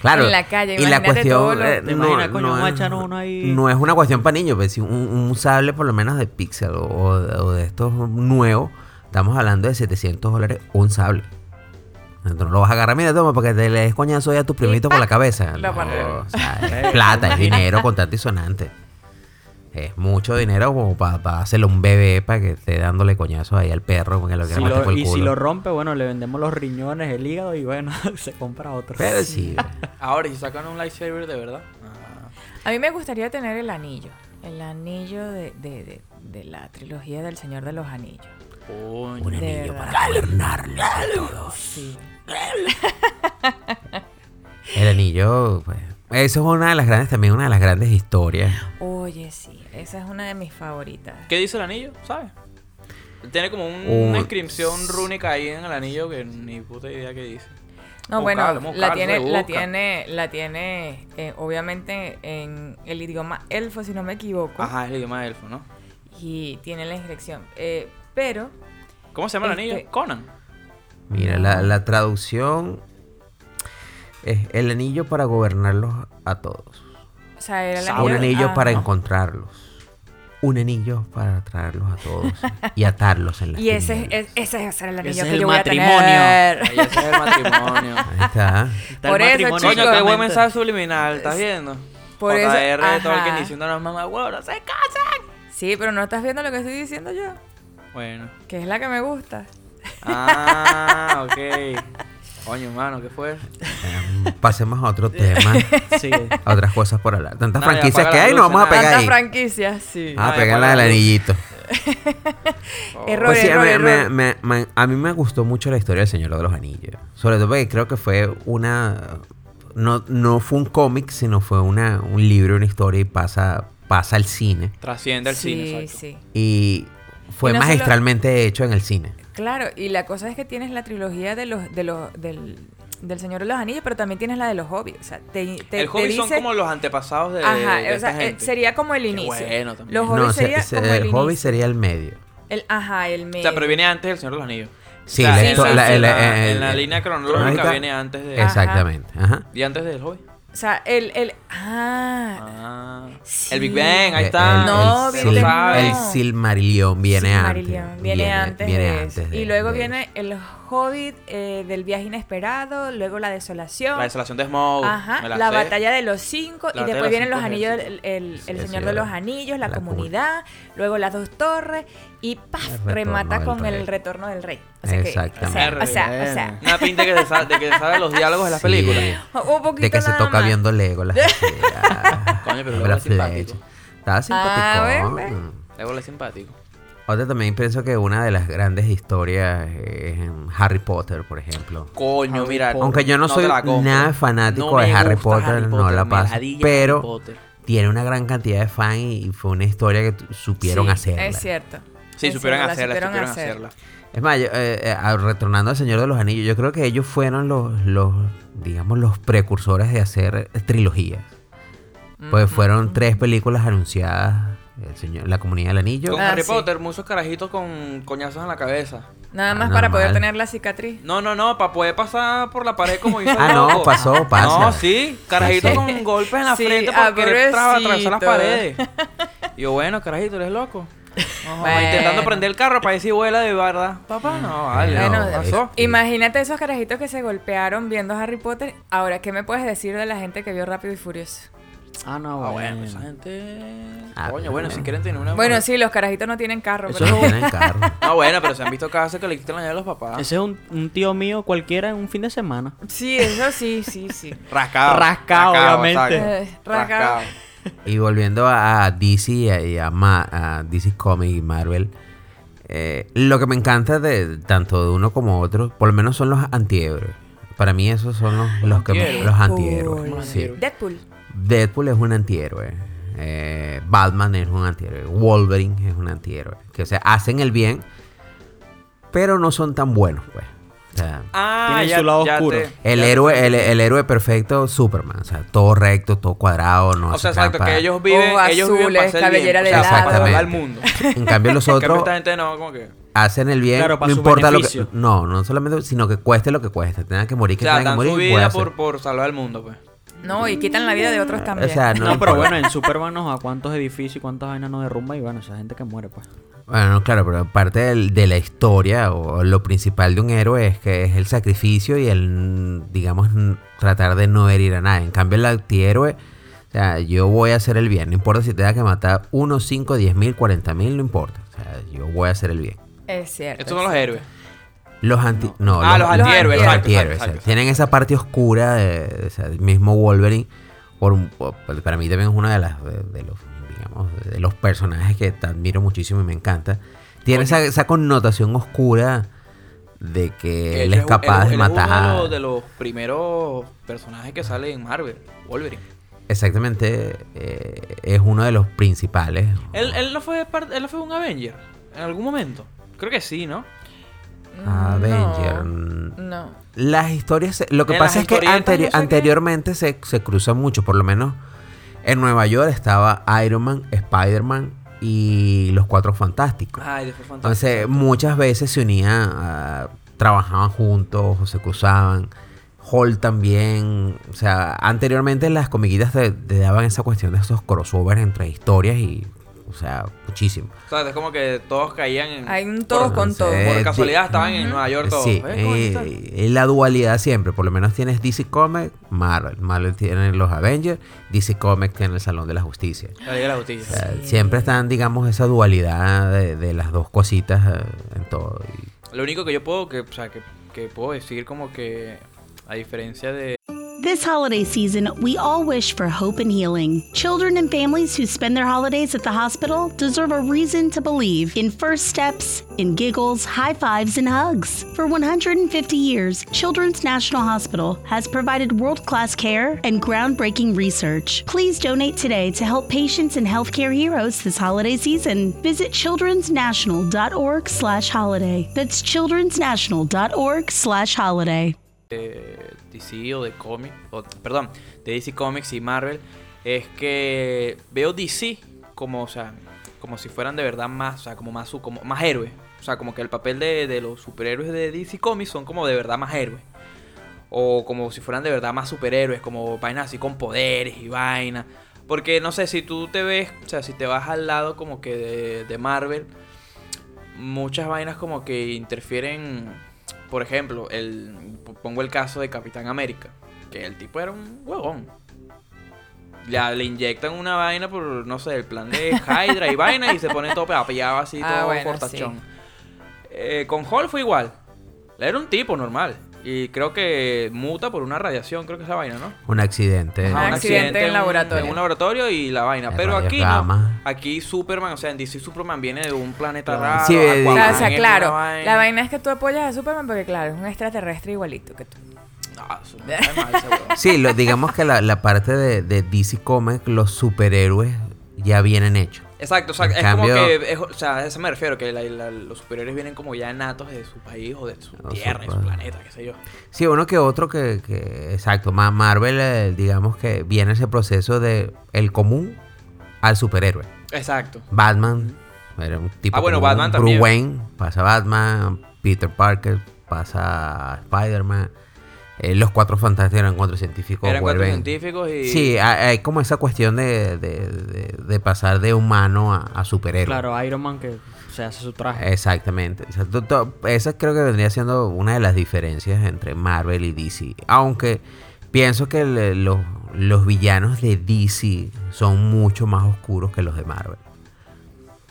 Speaker 5: Claro.
Speaker 3: En la calle,
Speaker 5: y la
Speaker 3: imagínate todo
Speaker 5: cuestión.
Speaker 3: lo-
Speaker 5: eh,
Speaker 6: Te imaginas, coño, vamos a echar uno ahí.
Speaker 5: no es una cuestión para niños, pero si un, un sable por lo menos de Pixel o, o de estos nuevos, estamos hablando de 700 dólares un sable. Tú no lo vas a agarrar, mira, toma, porque te le des coñazo ya a tu primito por la cabeza.
Speaker 3: Lo
Speaker 5: No,
Speaker 3: pone.
Speaker 5: o sea, es plata, es dinero contante y sonante. Es mucho dinero como para hacerle un bebé para que esté dándole coñazo ahí al perro porque lo que
Speaker 6: Si
Speaker 5: le mate
Speaker 6: lo-
Speaker 5: por el
Speaker 6: y
Speaker 5: culo.
Speaker 6: si lo rompe, bueno, le vendemos los riñones, el hígado y bueno, se compra otro.
Speaker 5: Pero sí.
Speaker 4: Ahora, si sacan un lightsaber de verdad. Ah.
Speaker 3: A mí me gustaría tener el anillo. El anillo de, de- de- de la trilogía del Señor de los Anillos.
Speaker 4: Coño.
Speaker 5: Un
Speaker 3: De
Speaker 5: anillo
Speaker 3: verdad.
Speaker 5: para gobernarlos a todos. El anillo, pues. Eso es una de las grandes, también una de las grandes historias.
Speaker 3: Oye, sí, esa es una de mis favoritas.
Speaker 4: ¿Qué dice el anillo? ¿Sabes? Tiene como un-
Speaker 5: Un-
Speaker 4: una inscripción rúnica ahí en el anillo que ni puta idea qué dice.
Speaker 3: No,
Speaker 4: Búscalo,
Speaker 3: bueno, la
Speaker 4: búscalo,
Speaker 3: tiene, la
Speaker 4: rebusca.
Speaker 3: tiene, la tiene, eh, obviamente en el idioma elfo, si no me equivoco,
Speaker 4: Ajá, es el idioma elfo, ¿no?
Speaker 3: y tiene la inscripción. Eh, pero
Speaker 4: ¿Cómo se llama el
Speaker 3: Este-
Speaker 4: anillo? Conan.
Speaker 5: Mira, la, la traducción es el anillo para gobernarlos a todos.
Speaker 3: O sea, era el
Speaker 4: Sa-
Speaker 3: anillo.
Speaker 5: un anillo
Speaker 3: ah,
Speaker 5: para
Speaker 3: no.
Speaker 5: encontrarlos. Un anillo para traerlos a todos y atarlos en la
Speaker 3: Y ese es, es- ese es el anillo
Speaker 6: es
Speaker 3: que
Speaker 6: el
Speaker 3: yo voy a
Speaker 6: matrimonio.
Speaker 3: tener.
Speaker 4: Ahí ese es el matrimonio.
Speaker 5: Ahí está.
Speaker 6: Está
Speaker 3: Por
Speaker 6: el
Speaker 3: eso,
Speaker 6: matrimonio
Speaker 3: chicos.
Speaker 4: Coño, qué buen
Speaker 6: solamente.
Speaker 4: mensaje subliminal, ¿estás viendo?
Speaker 3: Por eso-
Speaker 4: JR
Speaker 3: ajá.
Speaker 4: Tolkien diciéndonos mamá, huevo, no se casan.
Speaker 3: Sí, pero no estás viendo lo que estoy diciendo yo,
Speaker 4: Bueno.
Speaker 3: que es la que me gusta.
Speaker 4: Ah, ok. Coño, hermano, ¿qué fue?
Speaker 5: Em, pasemos a otro tema.
Speaker 6: Sí.
Speaker 5: A otras cosas por hablar. Tantas
Speaker 4: Nada,
Speaker 5: franquicias
Speaker 4: apaga
Speaker 5: que
Speaker 4: la
Speaker 5: hay,
Speaker 4: luz,
Speaker 5: nos vamos a
Speaker 4: nada.
Speaker 5: pegar
Speaker 3: Tantas
Speaker 5: ahí.
Speaker 3: franquicias, sí.
Speaker 5: Ah,
Speaker 4: Ay,
Speaker 5: pegarla
Speaker 4: apaga
Speaker 5: del
Speaker 4: la luz.
Speaker 5: anillito.
Speaker 3: error,
Speaker 4: Oh.
Speaker 5: Pues sí,
Speaker 3: error,
Speaker 5: me-
Speaker 3: error.
Speaker 5: me- me- me- a mí me gustó mucho la historia del Señor de los Anillos. Sobre todo porque creo que fue una... No, no fue un cómic, sino fue una, un libro, una historia y pasa, pasa al cine.
Speaker 4: Trasciende el
Speaker 3: sí,
Speaker 4: cine, exacto.
Speaker 3: sí.
Speaker 5: Y fue
Speaker 3: Y no solo-
Speaker 5: magistralmente hecho en el cine.
Speaker 3: Claro, y la cosa es que tienes la trilogía de los, de los, del, del Señor de los Anillos, pero también tienes la de los hobbits. O sea, te, te-
Speaker 4: el
Speaker 3: te
Speaker 4: hobby son
Speaker 3: dice-
Speaker 4: como los antepasados de,
Speaker 3: Ajá,
Speaker 4: de
Speaker 3: o
Speaker 4: esta
Speaker 3: sea, eh,
Speaker 4: gente.
Speaker 3: sería como el
Speaker 4: Qué
Speaker 3: inicio.
Speaker 4: bueno también.
Speaker 3: Los hobbits
Speaker 5: No, se-
Speaker 3: sería
Speaker 5: se-
Speaker 3: como el,
Speaker 5: el hobby
Speaker 3: inicio.
Speaker 5: sería el medio.
Speaker 3: El, ajá, el medio.
Speaker 4: O sea, pero viene antes del Señor de los Anillos.
Speaker 5: Sí,
Speaker 4: O sea,
Speaker 5: la
Speaker 4: en
Speaker 5: histo-
Speaker 4: la-
Speaker 5: la-
Speaker 4: en
Speaker 5: la-
Speaker 4: la- en
Speaker 5: el-
Speaker 4: la línea cronológica
Speaker 5: cronológica.
Speaker 4: viene antes de...
Speaker 3: Exacto.
Speaker 5: Exactamente. Ajá.
Speaker 4: Y antes del hobby.
Speaker 3: O sea, el, el ah,
Speaker 4: Ah.
Speaker 3: Sí.
Speaker 4: El Big Bang, ahí
Speaker 5: El-
Speaker 4: está.
Speaker 5: Eh, El,
Speaker 3: No,
Speaker 5: el
Speaker 3: viene
Speaker 5: Sil-
Speaker 3: primero.
Speaker 5: el Silmarillion viene
Speaker 3: Silmarillion,
Speaker 5: antes.
Speaker 3: Viene, antes,
Speaker 5: viene
Speaker 3: de
Speaker 5: antes
Speaker 3: eso.
Speaker 5: de-
Speaker 3: y luego
Speaker 5: de
Speaker 3: viene
Speaker 5: eso.
Speaker 3: el Hobbit eh, del viaje inesperado, luego la desolación.
Speaker 4: La desolación de Smaug.
Speaker 3: Ajá,
Speaker 4: me
Speaker 3: la,
Speaker 4: sé.
Speaker 3: batalla de los cinco
Speaker 4: La
Speaker 3: y
Speaker 4: batalla
Speaker 3: después
Speaker 4: de
Speaker 3: vienen
Speaker 4: los
Speaker 3: los
Speaker 4: cinco
Speaker 3: anillos, el,
Speaker 4: ejércitos.
Speaker 3: el- el Señor
Speaker 5: Sí, sí,
Speaker 3: de
Speaker 5: la-
Speaker 3: los Anillos, la,
Speaker 5: la comun-
Speaker 3: comunidad, luego las dos torres y ¡paf!
Speaker 5: El retorno
Speaker 3: remata
Speaker 5: del
Speaker 3: con
Speaker 5: rey.
Speaker 3: el retorno del rey. O sea
Speaker 5: Exactamente.
Speaker 3: Que, o sea, o sea,
Speaker 4: Una pinta que se sabe, de que se sabe los diálogos de las
Speaker 5: Sí.
Speaker 4: películas.
Speaker 3: o sea, un poquito
Speaker 5: De que se
Speaker 3: nada
Speaker 5: toca
Speaker 3: más.
Speaker 5: viendo Lego la
Speaker 4: Coño, pero
Speaker 5: la
Speaker 4: Legolas simpático.
Speaker 5: Estaba
Speaker 3: Ah,
Speaker 5: simpático.
Speaker 3: ¿ves? ¿ves?
Speaker 4: Luego es simpático.
Speaker 5: Ahora también pienso que una de las grandes historias es en Harry Potter, por ejemplo.
Speaker 4: Coño,
Speaker 6: Harry
Speaker 4: mira.
Speaker 6: Potter.
Speaker 5: Aunque yo no,
Speaker 4: Oh, No
Speaker 5: soy
Speaker 4: te la compro.
Speaker 5: nada fanático
Speaker 4: No me
Speaker 5: de Harry
Speaker 4: gusta
Speaker 5: Potter,
Speaker 4: Harry
Speaker 5: no
Speaker 4: Potter,
Speaker 5: la
Speaker 4: me
Speaker 5: paso.
Speaker 4: ladilla Harry
Speaker 5: Pero
Speaker 4: Potter.
Speaker 5: tiene una gran cantidad de fan y y fue una historia que tu- supieron
Speaker 3: Sí,
Speaker 5: hacerla.
Speaker 3: Es cierto.
Speaker 4: Sí,
Speaker 3: Es
Speaker 4: supieron
Speaker 3: cierto, la
Speaker 4: hacerla, supieron,
Speaker 3: hacer.
Speaker 4: hacerla.
Speaker 5: Es más, yo, eh, eh, a- retornando al Señor de los Anillos, yo creo que ellos fueron los, los digamos, los precursores de hacer eh, trilogías. Pues fueron tres películas anunciadas, el señor, La Comunidad del Anillo.
Speaker 4: Con
Speaker 3: Ah,
Speaker 4: Harry
Speaker 3: sí.
Speaker 4: Potter, muchos carajitos con coñazos en la cabeza.
Speaker 3: Nada
Speaker 5: Ah,
Speaker 3: más para poder
Speaker 5: normal.
Speaker 3: tener la cicatriz.
Speaker 4: No, no, no, para poder pasar por la pared como hizo el
Speaker 5: Ah, no,
Speaker 4: loco.
Speaker 5: pasó, pasa.
Speaker 4: No, sí, carajito
Speaker 5: Pasó.
Speaker 4: con golpes en la
Speaker 3: Sí,
Speaker 4: frente
Speaker 3: ah,
Speaker 4: para querer tra- atravesar las
Speaker 3: pobrecito.
Speaker 4: paredes. Y yo, bueno, carajito, eres loco. No, jodas,
Speaker 3: Bueno.
Speaker 4: Intentando prender el carro para decir vuela de verdad. Papá,
Speaker 5: Mm.
Speaker 4: no, vale,
Speaker 5: Bueno,
Speaker 4: no, pasó.
Speaker 5: es-
Speaker 3: Imagínate esos carajitos que se golpearon viendo Harry Potter. Ahora, ¿qué me puedes decir de la gente que vio Rápido y Furioso?
Speaker 6: Ah, no,
Speaker 4: Ah,
Speaker 6: bueno.
Speaker 4: bueno, esa gente...
Speaker 5: Ah,
Speaker 4: Coño,
Speaker 5: pero
Speaker 4: bueno,
Speaker 5: bueno.
Speaker 4: si quieren tener una...
Speaker 3: Bueno, sí, los carajitos no tienen carro,
Speaker 6: Eso
Speaker 3: pero-
Speaker 5: No tienen carro.
Speaker 4: No, bueno, pero se han visto casos que le quitan la llave a los papás.
Speaker 6: Ese es un, un tío mío cualquiera en un fin de semana.
Speaker 3: Sí, eso sí, sí, sí.
Speaker 4: Rascado.
Speaker 6: Rascado, obviamente.
Speaker 4: exacto.
Speaker 3: Eh, rascado.
Speaker 5: Y volviendo a, a DC y a, y a Ma- a DC Comics y Marvel, eh, lo que me encanta de tanto de uno como otro, por lo menos son los antihéroes. Para mí esos son los, los que me- los antihéroes. sí.
Speaker 3: Deadpool.
Speaker 5: Deadpool es un antihéroe. eh, Batman es un antihéroe. Wolverine es un antihéroe. Que o sea, hacen el bien, pero no son tan buenos, pues. O sea,
Speaker 4: Ah,
Speaker 6: Tienen
Speaker 4: ya-
Speaker 6: su lado
Speaker 4: ya
Speaker 6: oscuro.
Speaker 4: te-
Speaker 5: el héroe, el, el héroe perfecto, Superman. O sea, todo recto, todo cuadrado,
Speaker 4: O
Speaker 5: no hace
Speaker 4: sea, exacto,
Speaker 5: trampa.
Speaker 4: que ellos viven,
Speaker 3: Ojos
Speaker 4: ellos viven para
Speaker 3: azules,
Speaker 4: hacer el bien,
Speaker 3: cabellera
Speaker 4: o
Speaker 3: de
Speaker 4: sea, para
Speaker 5: lado.
Speaker 4: salvar al mundo.
Speaker 5: En
Speaker 4: En cambio,
Speaker 5: cambio, los otros
Speaker 4: esta gente no, como que...
Speaker 5: hacen el bien,
Speaker 6: Claro, para
Speaker 5: no
Speaker 6: su
Speaker 5: importa lo que.
Speaker 6: beneficio.
Speaker 5: No, no solamente, sino que cueste lo que cueste. Tengan que morir,
Speaker 4: O
Speaker 5: que
Speaker 4: sea,
Speaker 5: tengan
Speaker 4: dan
Speaker 5: que
Speaker 4: su
Speaker 5: morir. voy a
Speaker 4: vida
Speaker 5: hacer.
Speaker 4: por, por salvar al mundo, pues.
Speaker 3: No, y quitan la vida de otros
Speaker 5: Ah, O
Speaker 3: también.
Speaker 5: sea, no,
Speaker 6: No, pero
Speaker 5: importa.
Speaker 6: bueno, en Superman nos a cuántos edificios y cuántas vainas nos derrumba y bueno, esa gente que muere, pues.
Speaker 5: Bueno, no, claro, pero parte del- de la historia o lo principal de un héroe es que es el sacrificio y el, digamos, n- tratar de no herir a nadie. En cambio, el antihéroe, o sea, yo voy a hacer el bien. No importa si te da que matar uno, cinco, diez mil, cuarenta mil, no importa. O sea, yo voy a hacer el bien.
Speaker 3: es cierto.
Speaker 4: Estos son los
Speaker 3: es
Speaker 4: héroes.
Speaker 5: Los anti... No,
Speaker 4: Ah, los antihéroes,
Speaker 5: Los
Speaker 4: exacto,
Speaker 5: antihéroes.
Speaker 4: exacto,
Speaker 5: o sea,
Speaker 4: exacto.
Speaker 5: Tienen esa parte oscura de, o sea, el mismo Wolverine. por un- por- pues, para mí también es una de las de, de los digamos de los personajes que te admiro muchísimo y me encanta. Tiene esa, esa connotación oscura de que él
Speaker 4: hecho,
Speaker 5: es capaz
Speaker 4: él-
Speaker 5: de
Speaker 4: él es uno
Speaker 5: matar.
Speaker 4: de los primeros personajes que sale en Marvel, Wolverine.
Speaker 5: Exactamente, eh, es uno de los principales.
Speaker 4: Él, él no fue parte- él no fue un Avenger en algún momento. Creo que sí, ¿no?
Speaker 3: cierto.
Speaker 5: Mm, Avenger. mm.
Speaker 3: No.
Speaker 5: Las historias, se- lo que
Speaker 4: En
Speaker 5: pasa
Speaker 4: las
Speaker 5: es que
Speaker 4: historietas,
Speaker 5: anteri-
Speaker 4: no sé qué.
Speaker 5: anteriormente se, se cruzan mucho, por lo menos en Nueva York estaba Iron Man, Spider-Man y los Cuatro Fantásticos.
Speaker 4: Ay, después fantástico.
Speaker 5: Entonces muchas veces se unían, a- trabajaban juntos o se cruzaban. Hall también, o sea, anteriormente las comiquitas te, te daban esa cuestión de esos crossovers entre historias y, o sea, muchísimo.
Speaker 4: O sea, es como que todos caían en.
Speaker 3: Hay un todo con todo.
Speaker 5: Entonces,
Speaker 4: Por
Speaker 5: Eh,
Speaker 4: casualidad
Speaker 5: di-
Speaker 4: estaban en Nueva York todos.
Speaker 5: Sí,
Speaker 4: ¿Eh? ¿Cómo
Speaker 5: eh,
Speaker 4: están?
Speaker 5: es la dualidad siempre. Por lo menos tienes DC Comics, Marvel. Marvel tiene los Avengers, DC Comics tiene el Salón de la Justicia.
Speaker 4: La Liga de la Justicia.
Speaker 5: O sea, Siempre están, digamos, esa dualidad de, de las dos cositas eh, en todo. Y
Speaker 4: Lo único que yo puedo, que, o sea, que, que puedo decir como que a diferencia de
Speaker 7: This holiday season, we all wish for hope and healing. Children and families who spend their holidays at the hospital deserve a reason to believe in first steps, in giggles, high fives, and hugs. For 150 years, Children's National Hospital has provided world class care and groundbreaking research. Please donate today to help patients and healthcare heroes this holiday season. Visit childrensnational.org slash holiday. That's childrensnational.org slash holiday.
Speaker 4: DC o de cómic, o, perdón, de DC Comics y Marvel, es que veo DC como, o sea, como si fueran de verdad más, o sea, como más, su- como más héroes. O sea, como que el papel de, de los superhéroes de DC Comics son como de verdad más héroes. O como si fueran de verdad más superhéroes, como vainas así con poderes y vainas. Porque no sé, si tú te ves, o sea, si te vas al lado como que de, de Marvel, muchas vainas como que interfieren. Por ejemplo, el, pongo el caso de Capitán América, que el tipo era un huevón. Ya le inyectan una vaina por, no sé, el plan de Hydra y vaina y se pone todo apellado así,
Speaker 3: Ah,
Speaker 4: todo
Speaker 3: bueno,
Speaker 4: fortachón. Eh, con Hall fue igual. Era un tipo normal. Y creo que muta por una radiación, creo que es la vaina, ¿no?
Speaker 5: un accidente.
Speaker 4: Ajá,
Speaker 3: Ah,
Speaker 4: un
Speaker 3: accidente en
Speaker 4: un-
Speaker 3: laboratorio.
Speaker 4: En un laboratorio y la vaina.
Speaker 5: En
Speaker 4: Pero
Speaker 5: rayos
Speaker 4: aquí no.
Speaker 5: gamma.
Speaker 4: Aquí Superman, o sea, en DC Superman viene de un planeta raro.
Speaker 5: Sí, eh,
Speaker 3: O sea,
Speaker 4: Aquaman
Speaker 5: Guau,
Speaker 3: o sea,
Speaker 4: es
Speaker 3: claro,
Speaker 4: una
Speaker 3: la vaina es que tú apoyas a Superman porque, claro, es un extraterrestre igualito que tú.
Speaker 4: No, Ah, eso no está mal, ese huevón.
Speaker 5: Sí, lo- digamos que la, la parte de, de DC Comics, los superhéroes ya vienen hechos.
Speaker 4: Exacto, o sea,
Speaker 5: En
Speaker 4: es
Speaker 5: cambio-
Speaker 4: como que, es- o sea, a eso me refiero, que la- la- los superiores vienen como ya natos de su país o de su
Speaker 5: O su
Speaker 4: tierra, de su
Speaker 5: país.
Speaker 4: planeta, qué sé yo.
Speaker 5: Sí, uno que otro que, que- exacto, Ma- Marvel, eh, digamos que viene ese proceso de el común al superhéroe.
Speaker 4: Exacto.
Speaker 5: Batman, era un tipo
Speaker 4: Ah, bueno,
Speaker 5: común,
Speaker 4: Batman
Speaker 5: Bruce
Speaker 4: también.
Speaker 5: Wayne, pasa Batman, Peter Parker, pasa Spider-Man, eh, los cuatro fantásticos eran cuatro científicos.
Speaker 4: Eran cuatro
Speaker 5: vuelven-
Speaker 4: científicos y...
Speaker 5: Sí, hay, hay como esa cuestión de, de- de- de pasar de humano a, a superhéroe.
Speaker 6: Claro, Iron Man que se hace su traje.
Speaker 5: Eh, Exactamente. O sea, to- to- esa creo que vendría siendo una de las diferencias entre Marvel y DC. Aunque pienso que le- los, los villanos de DC son mucho más oscuros que los de Marvel.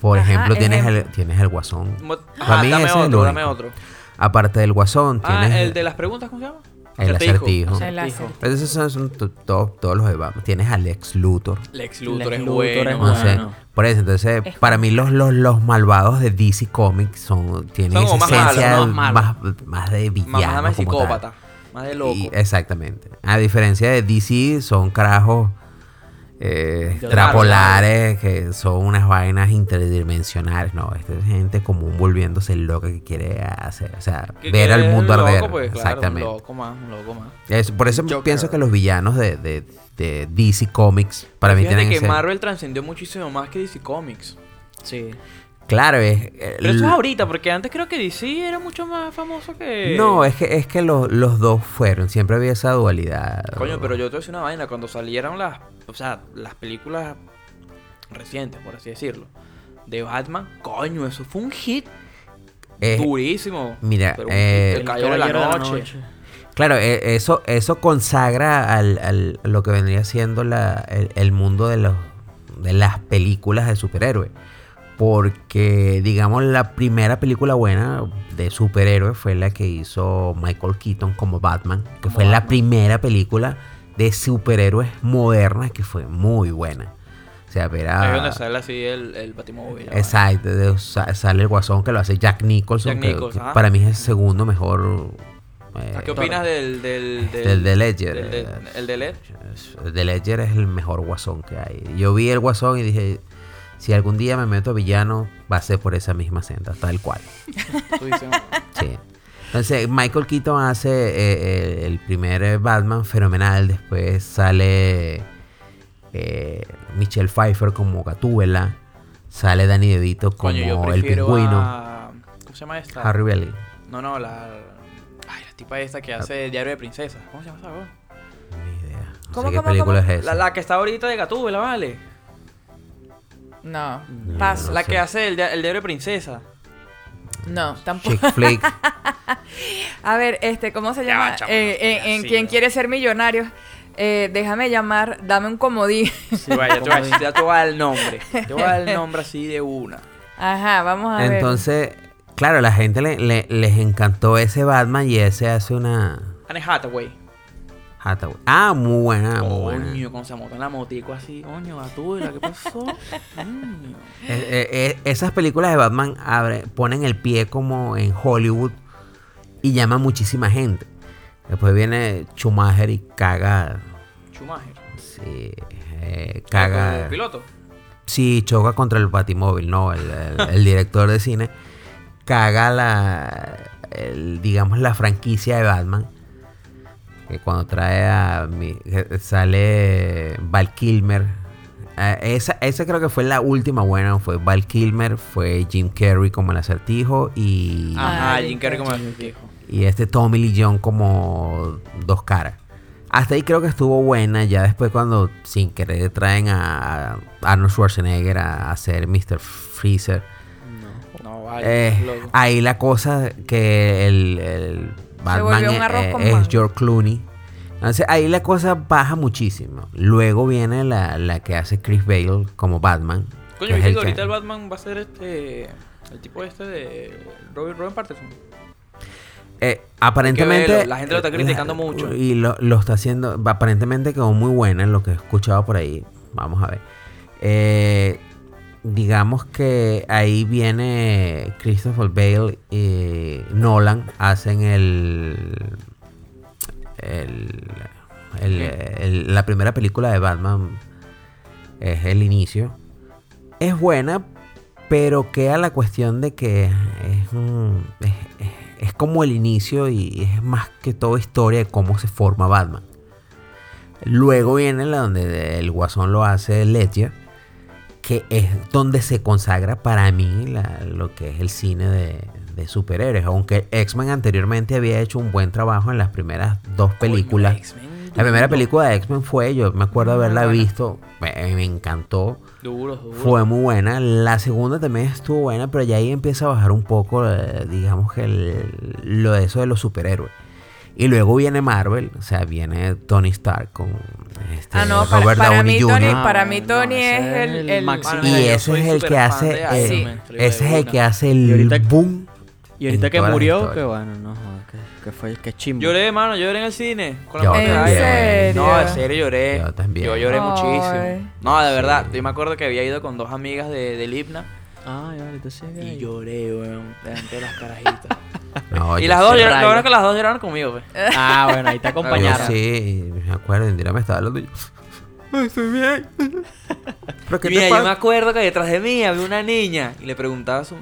Speaker 5: Por
Speaker 3: Ajá,
Speaker 5: ejemplo, tienes,
Speaker 3: ejemplo.
Speaker 5: el, tienes el guasón.
Speaker 4: Mo-
Speaker 5: Para
Speaker 4: Ah,
Speaker 5: mí
Speaker 4: dame
Speaker 5: ese es el
Speaker 4: otro, dame
Speaker 5: único.
Speaker 4: otro.
Speaker 5: Aparte del guasón,
Speaker 4: Ah,
Speaker 5: tienes
Speaker 4: el de las preguntas, ¿cómo se llama?
Speaker 5: el acertijo.
Speaker 3: El acertijo.
Speaker 5: Pero esos son, son to- to- todos los de Batman. Tienes a Lex Luthor.
Speaker 4: Lex Luthor
Speaker 6: Lex
Speaker 4: es
Speaker 6: Luthor es
Speaker 4: bueno.
Speaker 5: No sé.
Speaker 4: mano.
Speaker 5: Por eso, entonces, para mí los, los, los malvados de DC Comics son, tienen
Speaker 4: Son como
Speaker 5: esa
Speaker 4: más malos,
Speaker 5: esencia
Speaker 4: ¿no?
Speaker 5: del-
Speaker 4: Más
Speaker 5: más, más de villano.
Speaker 4: Más, más, más
Speaker 5: como tal.
Speaker 4: psicópata. Más de loco.
Speaker 5: Y- exactamente. A diferencia de DC, son carajos eh,
Speaker 6: Claro,
Speaker 5: trapolares, que son unas vainas interdimensionales. No, esta es gente común volviéndose loca que quiere hacer, o sea,
Speaker 4: Que-
Speaker 5: ver
Speaker 4: que
Speaker 5: al
Speaker 4: es
Speaker 5: mundo
Speaker 4: loco,
Speaker 5: arder.
Speaker 4: pues, claro,
Speaker 5: exactamente.
Speaker 4: un loco más, un loco más.
Speaker 5: Es- por eso
Speaker 6: Joker.
Speaker 5: pienso que los villanos de, de- de DC Comics, para mí
Speaker 4: Fíjate
Speaker 5: tienen
Speaker 4: que
Speaker 5: ese-
Speaker 4: Marvel trascendió muchísimo más que DC Comics.
Speaker 6: Sí.
Speaker 5: Claro, es. eh,
Speaker 4: Pero eso
Speaker 5: l-
Speaker 4: es ahorita, porque antes creo que DC era mucho más famoso que.
Speaker 5: No, es que, es que los, los dos fueron. Siempre había esa dualidad.
Speaker 4: Coño, pero yo te voy a decir una vaina. Cuando salieron las. O sea, las películas recientes, por así decirlo. De Batman, coño, eso fue un hit
Speaker 5: Eh,
Speaker 4: durísimo.
Speaker 5: mira,
Speaker 4: Pero un
Speaker 5: eh,
Speaker 4: hit, el caballero de la
Speaker 6: Caballero
Speaker 4: noche.
Speaker 5: Claro, e- eso, eso consagra al, al- lo que vendría siendo la- el, el mundo de, los, de las películas de superhéroes. Porque, digamos, la primera película buena de superhéroes fue la que hizo Michael Keaton como Batman, que fue la primera película de superhéroes modernas que fue muy buena. O sea,
Speaker 4: Ahí es
Speaker 5: verá.
Speaker 4: donde sale así el, el Batimóvil. la vaina.
Speaker 5: Ah. Exacto, de- sa- sale el guasón que lo hace Jack Nicholson.
Speaker 4: Jack
Speaker 5: que-
Speaker 4: Nichols,
Speaker 5: que
Speaker 4: ajá.
Speaker 5: para mí es el segundo mejor. eh,
Speaker 4: ¿Qué opinas del. del. del.
Speaker 5: del de Ledger. eh,
Speaker 4: del de- el de Led?
Speaker 5: El de Ledger es el mejor guasón que hay. Yo vi el guasón y dije, si algún día me meto a villano, va a ser por esa misma senda, tal cual.
Speaker 4: Tú dices,
Speaker 5: Sí. Entonces, Michael Keaton hace eh, eh, el primer eh, Batman fenomenal. Después sale eh, Michelle Pfeiffer como Gatúbela. Sale Danny DeVito como
Speaker 4: coño, yo
Speaker 5: el
Speaker 4: prefiero.
Speaker 5: pingüino.
Speaker 4: a- ¿Cómo se llama esta?
Speaker 5: Harry Bailey.
Speaker 4: No, no, la. Ay, la tipa esta que hace el diario de princesa. ¿Cómo se llama esa, weón?
Speaker 5: Ni idea. No
Speaker 3: ¿Cómo,
Speaker 5: sé qué
Speaker 3: cómo,
Speaker 5: película
Speaker 3: cómo?
Speaker 5: es esa.
Speaker 4: La, la que está ahorita de Gatúbela, vale.
Speaker 3: No, paso.
Speaker 4: La
Speaker 5: sé.
Speaker 4: que hace el, dia- el diario de princesa.
Speaker 3: No, tampoco.
Speaker 5: Chick flick.
Speaker 3: A ver, este, ¿cómo se llama?
Speaker 4: va, chamo,
Speaker 3: Eh,
Speaker 4: no
Speaker 3: en
Speaker 4: estoy
Speaker 3: en
Speaker 4: así,
Speaker 3: quien
Speaker 4: ¿no?
Speaker 3: quiere ser millonario, eh, déjame llamar, dame un comodín.
Speaker 4: Sí, vaya, ya te voy a- ya te voy a dar el nombre. Te voy a dar el nombre así de una.
Speaker 3: Ajá, vamos a
Speaker 5: Entonces, claro, la gente le- le- les encantó ese Batman y ese hace una
Speaker 4: Anne Hathaway.
Speaker 5: Hathaway. Ah, muy buena, muy buena.
Speaker 4: Coño, cuando se montó en la motico así. Coño, Gatúbela, ¿qué pasó? Mm. Coño.
Speaker 5: Eh, eh, eh, esas películas de Batman abre- ponen el pie como en Hollywood y llama muchísima gente. Después viene Schumacher y caga.
Speaker 4: Schumacher.
Speaker 5: Sí, eh,
Speaker 4: ¿El
Speaker 5: caga.
Speaker 4: piloto?
Speaker 5: Sí, choca contra el Batimóvil, no, el, el- el director de cine. Caga la, el- digamos, la franquicia de Batman. Que cuando trae a. mi- que sale Val Kilmer. Eh, esa, esa creo que fue la última buena. Fue Val Kilmer, fue Jim Carrey como el acertijo y,
Speaker 4: Ajá,
Speaker 3: Ay,
Speaker 4: Jim Carrey como el viejo.
Speaker 5: y este Tommy Lee Jones como dos caras. Hasta ahí creo que estuvo buena. Ya después, cuando sin querer traen a Arnold Schwarzenegger a hacer Mr. Freezer.
Speaker 4: No, vale.
Speaker 5: Eh,
Speaker 4: loco.
Speaker 5: ahí la cosa que el, el Batman
Speaker 3: volvió un
Speaker 5: es,
Speaker 3: arroz con
Speaker 5: es
Speaker 3: mango.
Speaker 5: George Clooney. Entonces ahí la cosa baja muchísimo. Luego viene la, la que hace Chris Bale como Batman. que
Speaker 4: Coño,
Speaker 5: ah, es
Speaker 4: viste
Speaker 5: el
Speaker 4: que
Speaker 5: que-
Speaker 4: ahorita el Batman va a ser este. El tipo este de. Robin, Robin Patterson.
Speaker 5: Eh, aparentemente. eh,
Speaker 4: verlo, la gente lo está criticando mucho.
Speaker 5: Y lo, lo está haciendo. Aparentemente quedó muy buena en lo que he escuchado por ahí. Vamos a ver. Eh, digamos que ahí viene Christopher Bale y Nolan. Hacen el. el- el- el- la primera película de Batman. Es el inicio. Es buena, pero queda la cuestión de que es, un- es, es- es como el inicio y es más que todo historia de cómo se forma Batman. Luego viene la donde el guasón lo hace Ledger, que es donde se consagra para mí la- lo que es el cine de, de superhéroes. Aunque X-Men anteriormente había hecho un buen trabajo en las primeras dos películas.
Speaker 4: Coño, X-Men,
Speaker 5: La primera
Speaker 4: duro,
Speaker 5: película de X-Men fue, yo me acuerdo haberla visto, me, me encantó.
Speaker 4: Duro, duro.
Speaker 5: Fue muy buena. La segunda también estuvo buena, pero ya ahí empieza a bajar un poco, eh, digamos que el- lo de eso de los superhéroes. Y luego viene Marvel, o sea, viene Tony Stark con este,
Speaker 3: Ah, no, para,
Speaker 5: Robert
Speaker 3: para
Speaker 5: Downey
Speaker 3: mí
Speaker 5: Jr.
Speaker 3: Tony,
Speaker 6: Ah,
Speaker 3: para mí
Speaker 6: no,
Speaker 3: Tony
Speaker 6: ese
Speaker 3: es
Speaker 6: es
Speaker 3: el,
Speaker 6: el
Speaker 3: el-
Speaker 6: máximo.
Speaker 5: y
Speaker 4: Yo
Speaker 5: ese
Speaker 4: soy
Speaker 5: es el que
Speaker 4: superfan
Speaker 5: hace,
Speaker 4: de
Speaker 5: eh,
Speaker 4: Iron Man, Felipe
Speaker 5: ese es el
Speaker 4: Luna.
Speaker 5: que hace el
Speaker 6: Y ahorita-
Speaker 5: boom.
Speaker 6: Y ahorita
Speaker 5: en
Speaker 6: que
Speaker 5: toda la
Speaker 6: murió,
Speaker 5: historia.
Speaker 6: que bueno, no, joder, que, que fue que chimbo.
Speaker 4: Lloré, mano, lloré en el cine. Con la
Speaker 5: Yo
Speaker 4: pantalla.
Speaker 5: también. ¿En
Speaker 4: No, en
Speaker 3: serio?
Speaker 4: serio lloré.
Speaker 5: Yo también.
Speaker 4: Yo lloré
Speaker 3: Ay.
Speaker 4: muchísimo. No, de
Speaker 5: Sí.
Speaker 4: verdad. Yo me acuerdo que había ido con dos amigas de, del Hipna
Speaker 6: Ah, ya, ahorita sí.
Speaker 4: y lloré, weón. Delante de las carajitas.
Speaker 5: No,
Speaker 4: y
Speaker 5: yo
Speaker 4: las dos,
Speaker 5: sí.
Speaker 4: lloraron, lo bueno es que las dos lloraron conmigo, pues.
Speaker 6: Ah, bueno, ahí te
Speaker 5: Yo
Speaker 6: acompañaron.
Speaker 5: sí, me acuerdo, Indira me estaba hablando. y- Ay, Estoy bien. ¿Pero qué
Speaker 4: Mira,
Speaker 5: te
Speaker 4: yo
Speaker 5: pasa?
Speaker 4: me acuerdo que detrás de mí había una niña y le preguntaba a su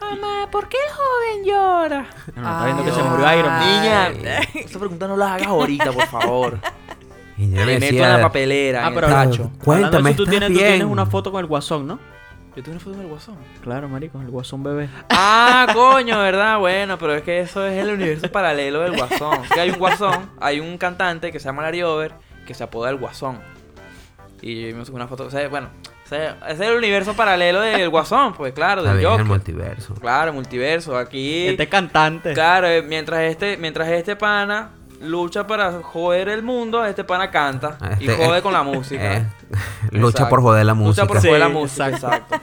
Speaker 4: mamá, ¿por qué el joven llora?
Speaker 6: No, no, está viendo que se
Speaker 3: Ay.
Speaker 4: Ah.
Speaker 6: murió Iron Man.
Speaker 4: Niña, esa pregunta no la hagas ahorita, por favor.
Speaker 5: Indira
Speaker 4: Le
Speaker 5: me
Speaker 4: meto en
Speaker 5: decía,
Speaker 4: la papelera,
Speaker 6: Ah,
Speaker 4: en el
Speaker 6: pero
Speaker 4: tacho.
Speaker 5: Cuéntame,
Speaker 6: Hablando de eso, tú
Speaker 5: ¿estás
Speaker 6: tienes, tú tienes
Speaker 5: bien?
Speaker 6: una foto con el guasón, ¿no?
Speaker 4: Yo Yo tengo una foto del guasón.
Speaker 6: Claro, marico, el guasón bebé.
Speaker 4: Ah, coño, ¿verdad? Bueno, pero es que eso es el universo paralelo del guasón. Es que hay un guasón, hay un cantante que se llama Larry Over que se apoda el guasón. Y yo me subí una foto. O sea, bueno, o sea, es el universo paralelo del guasón, pues claro,
Speaker 5: Está
Speaker 4: del
Speaker 5: bien, el
Speaker 4: Joker.
Speaker 5: multiverso.
Speaker 4: Claro, multiverso. Aquí.
Speaker 6: Este cantante.
Speaker 4: Claro, eh, mientras este, mientras este pana lucha para joder el mundo, este pana canta y
Speaker 5: Este-
Speaker 4: jode con la
Speaker 5: eh,
Speaker 4: música.
Speaker 5: lucha
Speaker 4: Exacto.
Speaker 5: por joder la música.
Speaker 4: Lucha por joder la
Speaker 6: Sí,
Speaker 4: música, exacto.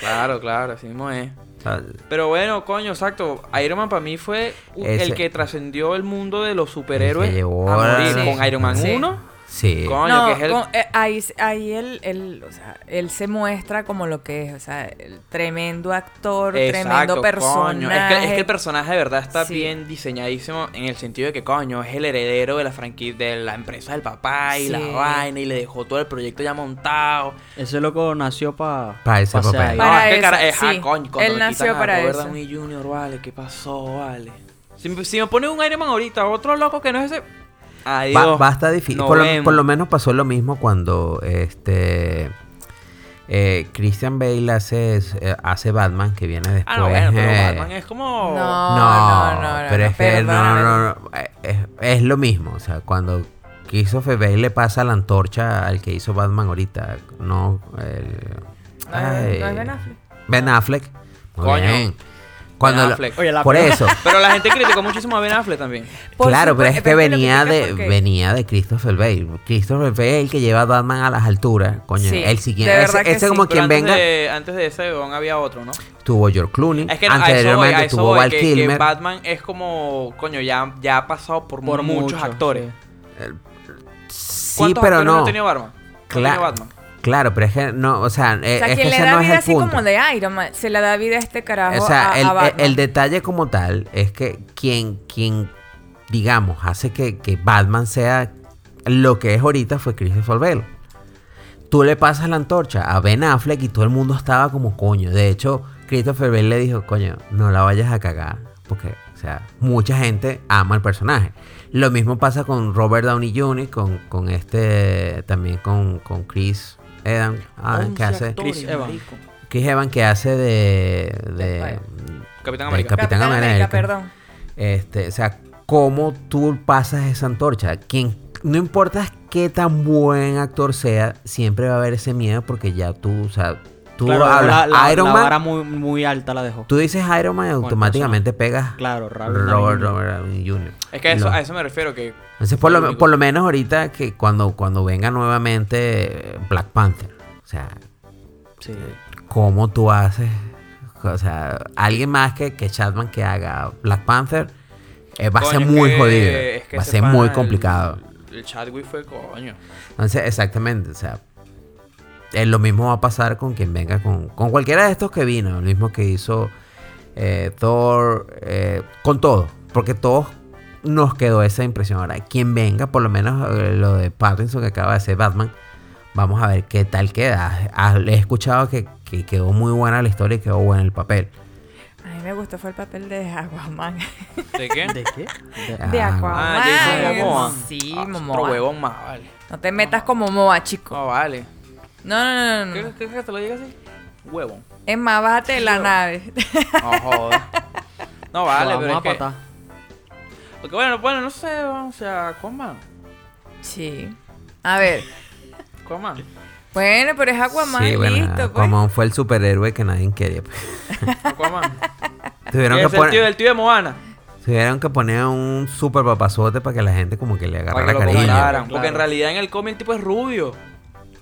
Speaker 4: claro, claro, así mismo es.
Speaker 5: O sea,
Speaker 4: Pero bueno, coño, exacto. Iron Man para mí fue u-
Speaker 5: Ese-
Speaker 4: el que trascendió el mundo de los superhéroes
Speaker 5: El que llevó
Speaker 4: a morir
Speaker 5: la-
Speaker 4: con Iron Man
Speaker 3: Sí.
Speaker 4: 1.
Speaker 5: sí.
Speaker 4: Coño,
Speaker 3: no,
Speaker 4: que es el-
Speaker 3: con- eh, ahí, s- ahí él, él, o sea, él se muestra como lo que es, o sea, el tremendo actor,
Speaker 4: Exacto,
Speaker 3: tremendo personaje.
Speaker 4: coño. Es que, es que el personaje de verdad está
Speaker 3: Sí.
Speaker 4: bien diseñadísimo en el sentido de que, coño, es el heredero de la franquicia, de la empresa del papá y la
Speaker 3: Sí.
Speaker 4: vaina y le dejó todo el proyecto ya montado.
Speaker 6: Ese loco nació para
Speaker 5: Pa' ese papel.
Speaker 4: No,
Speaker 3: Para
Speaker 4: es que
Speaker 3: eso,
Speaker 4: cara- eh, ah,
Speaker 3: sí.
Speaker 4: coño, cuando
Speaker 3: Él
Speaker 4: le
Speaker 3: nació
Speaker 4: quitan a
Speaker 3: para
Speaker 4: Robert
Speaker 3: eso.
Speaker 4: Downey Jr., vale, ¿qué pasó, vale? Si, me- si me ponen un Iron Man ahorita, otro loco que no es ese... Adiós.
Speaker 5: Va, va a estar difícil.
Speaker 4: Nos
Speaker 5: por, lo,
Speaker 4: vemos.
Speaker 5: por lo menos pasó lo mismo cuando este eh, Christian Bale hace, eh, hace Batman, que viene después.
Speaker 4: Ah, no, bueno, pero
Speaker 5: eh,
Speaker 4: Batman es como...
Speaker 3: No,
Speaker 5: No,
Speaker 3: no, no, no,
Speaker 5: pero es que no,
Speaker 3: perdóname.
Speaker 5: no, no, eh, es, es lo mismo. O sea, cuando Christopher Bale le pasa la antorcha al que hizo Batman ahorita, no. el-
Speaker 3: Ah, No es- no es
Speaker 5: ay,
Speaker 3: Ben Affleck.
Speaker 5: Ben Affleck. Muy
Speaker 4: Coño.
Speaker 5: bien. Cuando
Speaker 4: Ben
Speaker 5: lo-
Speaker 4: Affleck.
Speaker 6: Oye, la
Speaker 5: por
Speaker 6: pena.
Speaker 5: eso.
Speaker 4: Pero la gente criticó muchísimo a Ben Affleck también.
Speaker 3: Por
Speaker 5: claro, pero
Speaker 3: supuesto,
Speaker 5: es que
Speaker 3: lo
Speaker 5: venía
Speaker 3: criticas
Speaker 5: de
Speaker 3: porque-
Speaker 5: venía de Christopher Bale. Christopher Bale el que lleva a Batman a las alturas, coño,
Speaker 3: Sí,
Speaker 5: el
Speaker 3: de
Speaker 5: siguiente, ese,
Speaker 3: verdad que
Speaker 5: ese
Speaker 3: sí.
Speaker 5: como
Speaker 4: Pero
Speaker 5: quien
Speaker 4: antes,
Speaker 5: venga,
Speaker 4: de, antes de ese, weón, había otro, ¿no?
Speaker 5: tuvo George Clooney,
Speaker 4: Es que no, a eso voy, a
Speaker 5: anteriormente
Speaker 4: eso
Speaker 5: tuvo
Speaker 4: voy,
Speaker 5: Val
Speaker 4: que- que
Speaker 5: Kilmer.
Speaker 4: Batman es como, coño, ya, ya ha pasado por,
Speaker 6: por
Speaker 4: muchos
Speaker 6: mucho,
Speaker 4: actores.
Speaker 6: sí.
Speaker 5: sí,
Speaker 4: ¿Cuántos
Speaker 5: pero
Speaker 4: actores
Speaker 5: no.
Speaker 4: ha tenido Batman? No
Speaker 5: Cla-
Speaker 4: tiene Batman.
Speaker 5: Claro, pero es que no, o sea, eh,
Speaker 3: O sea,
Speaker 5: es que
Speaker 3: quien le
Speaker 5: ese
Speaker 3: da
Speaker 5: no es
Speaker 3: vida
Speaker 5: el
Speaker 3: así
Speaker 5: punto.
Speaker 3: como de Iron Man, se la da vida a este carajo.
Speaker 5: O sea,
Speaker 3: a- a
Speaker 5: el, el-
Speaker 3: Batman.
Speaker 5: el detalle como tal es que quien, quien digamos, hace que, que Batman sea lo que es ahorita fue Christopher Bale. Tú le pasas la antorcha a Ben Affleck y todo el mundo estaba como coño. De hecho, Christopher Bale le dijo, coño, no la vayas a cagar. Porque, o sea, mucha gente ama el personaje. Lo mismo pasa con Robert Downey Jr., con, con este, también con, con Chris Evans, ah, que hace,
Speaker 6: Chris Evans.
Speaker 5: Chris Evans que hace de, de-
Speaker 4: Capitán
Speaker 5: de
Speaker 4: América.
Speaker 5: Capitán América.
Speaker 3: perdón.
Speaker 5: Este, o sea, cómo tú pasas esa antorcha. Quien, no importa qué tan buen actor sea, siempre va a haber ese miedo porque ya tú, o sea, tú
Speaker 6: Claro,
Speaker 5: hablas
Speaker 6: la, la-
Speaker 5: Iron
Speaker 6: la
Speaker 5: Man.
Speaker 6: vara muy, muy alta la dejó.
Speaker 5: Tú dices Iron Man y automáticamente pegas
Speaker 6: Claro, Robert Downey
Speaker 5: Robert,
Speaker 6: Jr.
Speaker 5: Robert Downey Jr.
Speaker 4: Es que a eso,
Speaker 5: Lo-
Speaker 4: a eso me refiero, que
Speaker 5: entonces, por
Speaker 4: Lo
Speaker 5: lo,
Speaker 4: único.
Speaker 5: por lo menos ahorita que cuando, cuando venga nuevamente eh, Black Panther, o sea,
Speaker 6: Sí.
Speaker 5: cómo tú haces. O sea, alguien más que, que Chapman que haga Black Panther eh, va a
Speaker 4: Coño,
Speaker 5: ser
Speaker 4: es
Speaker 5: muy
Speaker 4: que-
Speaker 5: jodido.
Speaker 4: es que
Speaker 5: va a
Speaker 4: ese
Speaker 5: ser
Speaker 4: pana,
Speaker 5: muy
Speaker 4: el-
Speaker 5: complicado.
Speaker 4: El, Chadwick fue coño.
Speaker 5: Entonces, exactamente, o sea. eh, lo mismo va a pasar con quien venga, con, con cualquiera de estos que vino. Lo mismo que hizo eh, Thor, eh, con todo. Porque todos nos quedó esa impresión. Ahora, quien venga, por lo menos eh, lo de Pattinson que acaba de hacer Batman, vamos a ver qué tal queda. Ah, He escuchado que, que quedó muy buena la historia y quedó buena el papel.
Speaker 3: A mí me gustó fue el papel de Aquaman.
Speaker 4: ¿De qué?
Speaker 6: ¿De qué? De-
Speaker 3: De
Speaker 5: Ah,
Speaker 3: Aquaman.
Speaker 4: Ah, Jason Momoa.
Speaker 3: Sí,
Speaker 4: Ah, es
Speaker 3: Momoa.
Speaker 4: Otro huevón más, vale.
Speaker 3: No te metas como Momoa, chico.
Speaker 4: No, vale.
Speaker 3: No, no, no, no,
Speaker 4: ¿Qué,
Speaker 3: no.
Speaker 4: qué, qué te lo digas así? Huevón.
Speaker 3: Es más, bájate de la nave.
Speaker 4: No joda. No, vale,
Speaker 6: Lo
Speaker 4: pero
Speaker 6: vamos
Speaker 4: es
Speaker 6: a
Speaker 4: que...
Speaker 6: patar.
Speaker 4: Porque bueno, bueno, no sé, o sea, coma,
Speaker 3: sí. A ver.
Speaker 4: coma.
Speaker 3: Bueno, pero es Aquaman,
Speaker 5: Ah, Sí, bueno,
Speaker 3: listo. pues.
Speaker 5: Aquaman fue el superhéroe que nadie quería.
Speaker 4: Aquaman.
Speaker 5: tuvieron, que
Speaker 4: Es el
Speaker 5: poner,
Speaker 4: tío, el tío de Moana.
Speaker 5: tuvieron que poner un super papazote para que la gente como que le
Speaker 4: Para que
Speaker 5: agarrara
Speaker 4: lo
Speaker 5: cariño.
Speaker 4: compraran.
Speaker 6: Claro.
Speaker 4: Porque en realidad en el cómic el tipo es rubio.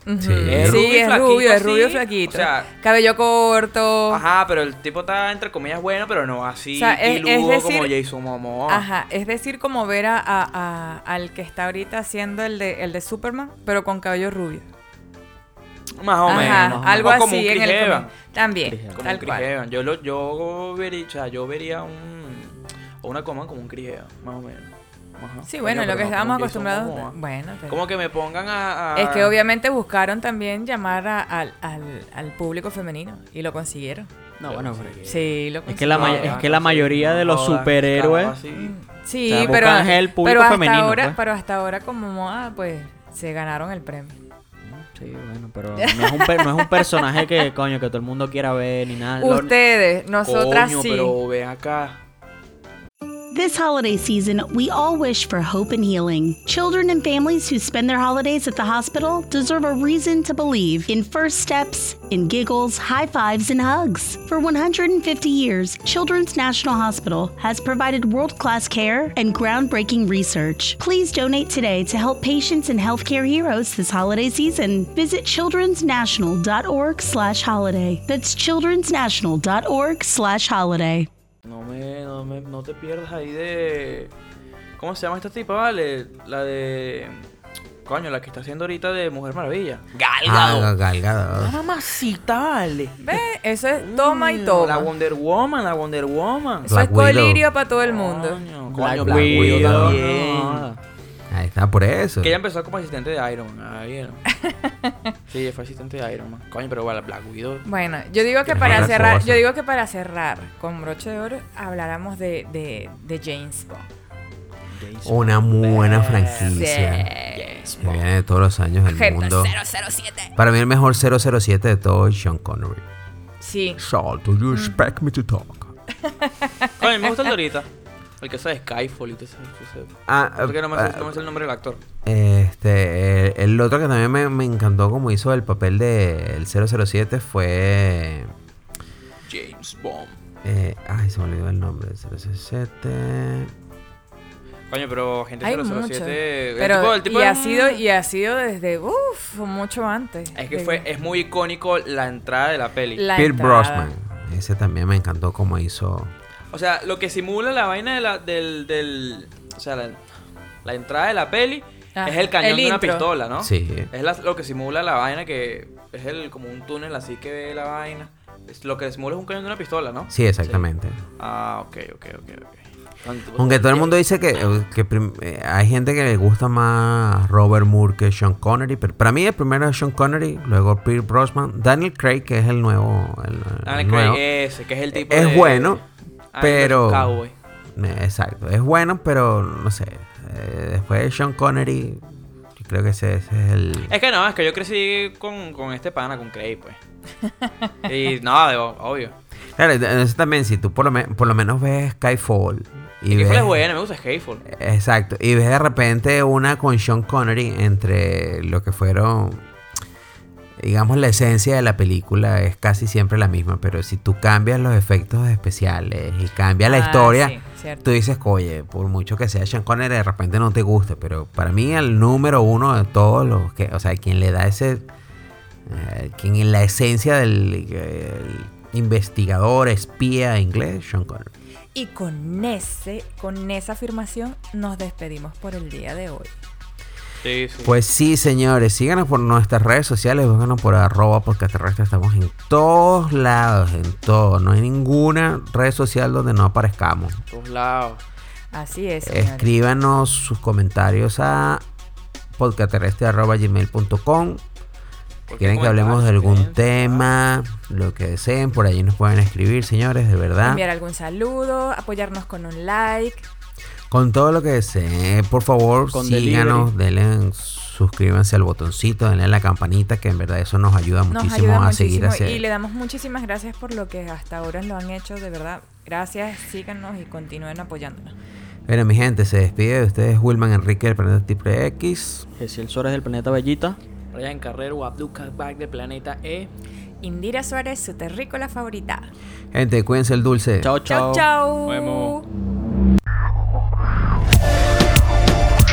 Speaker 3: Ujú.
Speaker 5: Sí.
Speaker 3: Sí,
Speaker 5: Es
Speaker 4: rubio y
Speaker 3: es
Speaker 4: flaquito,
Speaker 3: rubio, es
Speaker 4: así.
Speaker 3: rubio y flaquito.
Speaker 4: O sea-
Speaker 3: Cabello corto.
Speaker 4: Ajá, pero el tipo está entre comillas bueno, pero no así
Speaker 3: Oh. O sea, es-
Speaker 4: piludo
Speaker 3: es decir-
Speaker 4: como Jason Momoa.
Speaker 3: Ajá, es decir, como ver a, a- a- al que está ahorita haciendo el de, el de Superman, pero con cabello rubio.
Speaker 4: Más o menos.
Speaker 3: Ajá,
Speaker 4: más o
Speaker 3: algo
Speaker 4: menos.
Speaker 3: así
Speaker 4: como un
Speaker 3: en
Speaker 4: Chris
Speaker 3: el
Speaker 4: Evans,
Speaker 3: cómic. También,
Speaker 6: Chris Evans.
Speaker 4: Como un
Speaker 3: tal
Speaker 4: Chris
Speaker 3: cual.
Speaker 4: Evans. Yo, lo, yo vería, o sea, yo vería un o una coma como un Chris Evans, más o menos. Ajá.
Speaker 3: Sí, bueno,
Speaker 4: Coño,
Speaker 3: lo
Speaker 4: pero
Speaker 3: que estábamos
Speaker 4: no, como ah? Jason
Speaker 3: acostumbrados.
Speaker 4: Momoa.
Speaker 3: Bueno, pero-
Speaker 4: Como que me pongan a, a-
Speaker 3: es que obviamente buscaron también llamar a- al, al- al público femenino y lo consiguieron.
Speaker 6: No, bueno, pero-
Speaker 3: Sí, lo
Speaker 6: Es que la,
Speaker 3: consiguieron.
Speaker 6: may- es que la mayoría de los
Speaker 4: Joda, carajo,
Speaker 6: superhéroes
Speaker 4: así.
Speaker 3: Sí,
Speaker 6: O sea,
Speaker 3: pero, eh,
Speaker 6: buscan el público
Speaker 3: pero hasta
Speaker 6: femenino,
Speaker 3: ahora,
Speaker 6: pues.
Speaker 3: pero hasta ahora como moda, pues se ganaron el premio.
Speaker 6: Sí, bueno, pero no es, un per- no es un personaje que, coño, que todo el mundo quiera ver ni nada. Lo-
Speaker 3: Ustedes, nosotras
Speaker 4: Ah, Coño,
Speaker 3: sí.
Speaker 4: pero ven acá.
Speaker 7: This holiday season, we all wish for hope and healing. Children and families who spend their holidays at the hospital deserve a reason to believe in first steps, in giggles, high fives, and hugs. For 150 years, Children's National Hospital has provided world class care and groundbreaking research. Please donate today to help patients and healthcare heroes this holiday season. Visit childrensnational.org slash holiday. That's childrensnational.org slash holiday.
Speaker 4: No me, no me, no te pierdas ahí de. ¿Cómo se llama esta tipa, vale? La de. Coño, la que está haciendo ahorita de Mujer Maravilla.
Speaker 5: Ah, Galgado.
Speaker 4: Mamacita, vale.
Speaker 3: Ve, eso es toma y toma.
Speaker 4: Mm, La Wonder Woman, la Wonder Woman.
Speaker 3: Eso
Speaker 5: Black
Speaker 3: es
Speaker 5: Widow.
Speaker 3: colirio para todo el mundo.
Speaker 4: Coño,
Speaker 6: Black
Speaker 4: coño,
Speaker 5: Black
Speaker 4: Widow
Speaker 5: Widow.
Speaker 4: también.
Speaker 6: No,
Speaker 5: Ahí está, por eso.
Speaker 4: Que ella empezó como asistente de Iron Man, ¿la vieron? sí, fue asistente de Iron Man. Coño, pero vale, Black Widow.
Speaker 3: Bueno, yo digo que
Speaker 5: Es
Speaker 3: para
Speaker 5: otra
Speaker 3: cerrar,
Speaker 5: cosa.
Speaker 3: yo digo que para cerrar con broche de oro habláramos de, de, de James Bond.
Speaker 5: Una muy buena franquicia.
Speaker 3: James
Speaker 5: Que viene de todos los años del mundo. Para mí el mejor 007 de todo es Sean Connery.
Speaker 3: Sí.
Speaker 5: So, do you expect me to talk?
Speaker 4: Coño, me gusta el de ahorita. El que sabe Skyfall y todo eso. eso- eso.
Speaker 5: Ah,
Speaker 4: Porque no me
Speaker 5: ah,
Speaker 4: sé no me sé el nombre del actor.
Speaker 5: Este, eh, el, otro que también me, me encantó como hizo el papel del 007 fue...
Speaker 4: James Bond.
Speaker 5: eh, ay, se me olvidó el nombre del 007.
Speaker 4: Coño, pero gente
Speaker 3: Hay
Speaker 4: 007.
Speaker 3: mucho.
Speaker 4: el
Speaker 3: Pero,
Speaker 4: tipo- el tipo
Speaker 3: y
Speaker 4: es
Speaker 3: ha
Speaker 4: un-
Speaker 3: sido y ha sido desde uff, mucho antes.
Speaker 4: Es que
Speaker 3: de-
Speaker 4: fue, es muy icónico la entrada de la peli.
Speaker 3: la
Speaker 5: Pierre
Speaker 3: entrada.
Speaker 5: Brosnan. Ese también me encantó como hizo...
Speaker 4: O sea, lo que simula la vaina de la, del, del. O sea, la, la entrada de la peli
Speaker 3: Ajá,
Speaker 4: es el cañón
Speaker 3: Ah, el
Speaker 4: de una
Speaker 3: intro.
Speaker 4: pistola, ¿no?
Speaker 5: Sí.
Speaker 4: Es la- lo que simula la vaina que. Es el, como un túnel así que ve la vaina. Es- lo que simula es un cañón de una pistola, ¿no?
Speaker 5: Sí, exactamente.
Speaker 4: Ah, ok, ok, ok, ok.
Speaker 5: Aunque todo el mundo dice que, que prim- eh, hay gente que le gusta más Robert Moore que Sean Connery, pero para mí el primero es Sean Connery, luego Pierce Brosnan, Daniel Craig, que es el nuevo. el- el
Speaker 4: Daniel
Speaker 5: nuevo.
Speaker 4: Craig, Ah, ese, que es el tipo.
Speaker 5: Es
Speaker 4: de-
Speaker 5: bueno,
Speaker 4: Ah,
Speaker 5: pero.
Speaker 4: es un cowboy.
Speaker 5: Eh, Exacto, es bueno, pero no sé. eh, después de Sean Connery, yo creo que ese, ese es el.
Speaker 4: Es que no, es que yo crecí con, con este pana, con Craig, pues. y no, de- obvio.
Speaker 5: Claro, entonces también, si tú por lo, me- por lo menos ves Skyfall. Y
Speaker 4: Skyfall
Speaker 5: ves-
Speaker 4: es bueno, me gusta Skyfall.
Speaker 5: Exacto. Y ves de repente una con Sean Connery entre lo que fueron. Digamos, la esencia de la película es casi siempre la misma, pero si tú cambias los efectos especiales y cambias la
Speaker 3: Ah,
Speaker 5: historia,
Speaker 3: sí, cierto.
Speaker 5: tú dices, oye, por mucho que sea Sean Connery, de repente no te gusta, pero para mí el número uno de todos los que, o sea, quien le da ese, eh, quien en la esencia del eh, el investigador, espía inglés, Sean Connery.
Speaker 3: Y con ese, con esa afirmación nos despedimos por el día de hoy.
Speaker 4: Sí, sí.
Speaker 5: Pues sí, señores, síganos por nuestras redes sociales, búscanos por arroba podcasterrestre, estamos en todos lados, en todo, no hay ninguna red social donde no aparezcamos.
Speaker 4: todos lados.
Speaker 3: Así es. señores.
Speaker 5: Escríbanos sus comentarios a podcasterrestre.gmail.com Si quieren que hablemos de algún tema, lo que deseen, por allí nos pueden escribir, señores, de verdad.
Speaker 3: Enviar algún saludo, apoyarnos con un like.
Speaker 5: Con todo lo que deseen, por favor,
Speaker 6: Con
Speaker 5: síganos, denle, suscríbanse al botoncito, denle a la campanita, que en verdad eso nos ayuda
Speaker 3: Nos
Speaker 5: muchísimo
Speaker 3: ayuda
Speaker 5: a seguir
Speaker 3: muchísimo
Speaker 5: hacia
Speaker 3: y le damos muchísimas gracias por lo que hasta ahora lo han hecho, de verdad. Gracias, síganos y continúen apoyándonos.
Speaker 5: Bueno, mi gente, se despide de ustedes Wilman Enrique del Planeta Triple X.
Speaker 6: Que si el Suárez del planeta Bellita.
Speaker 4: Ryan Carrero, Abdul Back de Planeta E.
Speaker 3: Indira Suárez, su terrícola favorita.
Speaker 5: Gente, cuídense el dulce.
Speaker 6: Chao,
Speaker 3: Chao,
Speaker 6: chao.
Speaker 3: chao.
Speaker 4: Nos vemos.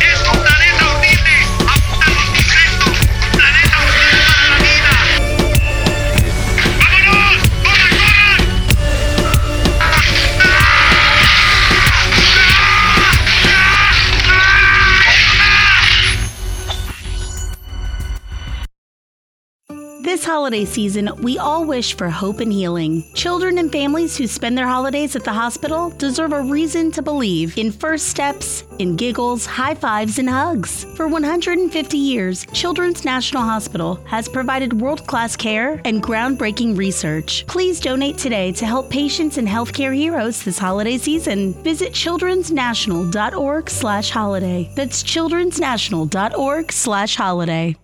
Speaker 8: Es un planeta horrible, apunta a los insectos, un planeta horrible para la vida. ¡Vámonos! ¡Corran, corran!
Speaker 7: This holiday season, we all wish for hope and healing. Children and families who spend their holidays at the hospital deserve a reason to believe in first steps, in giggles, high fives, and hugs. For 150 years, Children's National Hospital has provided world class care and groundbreaking research. Please donate today to help patients and healthcare heroes this holiday season. Visit childrensnational.org slash holiday. That's childrensnational.org slash holiday.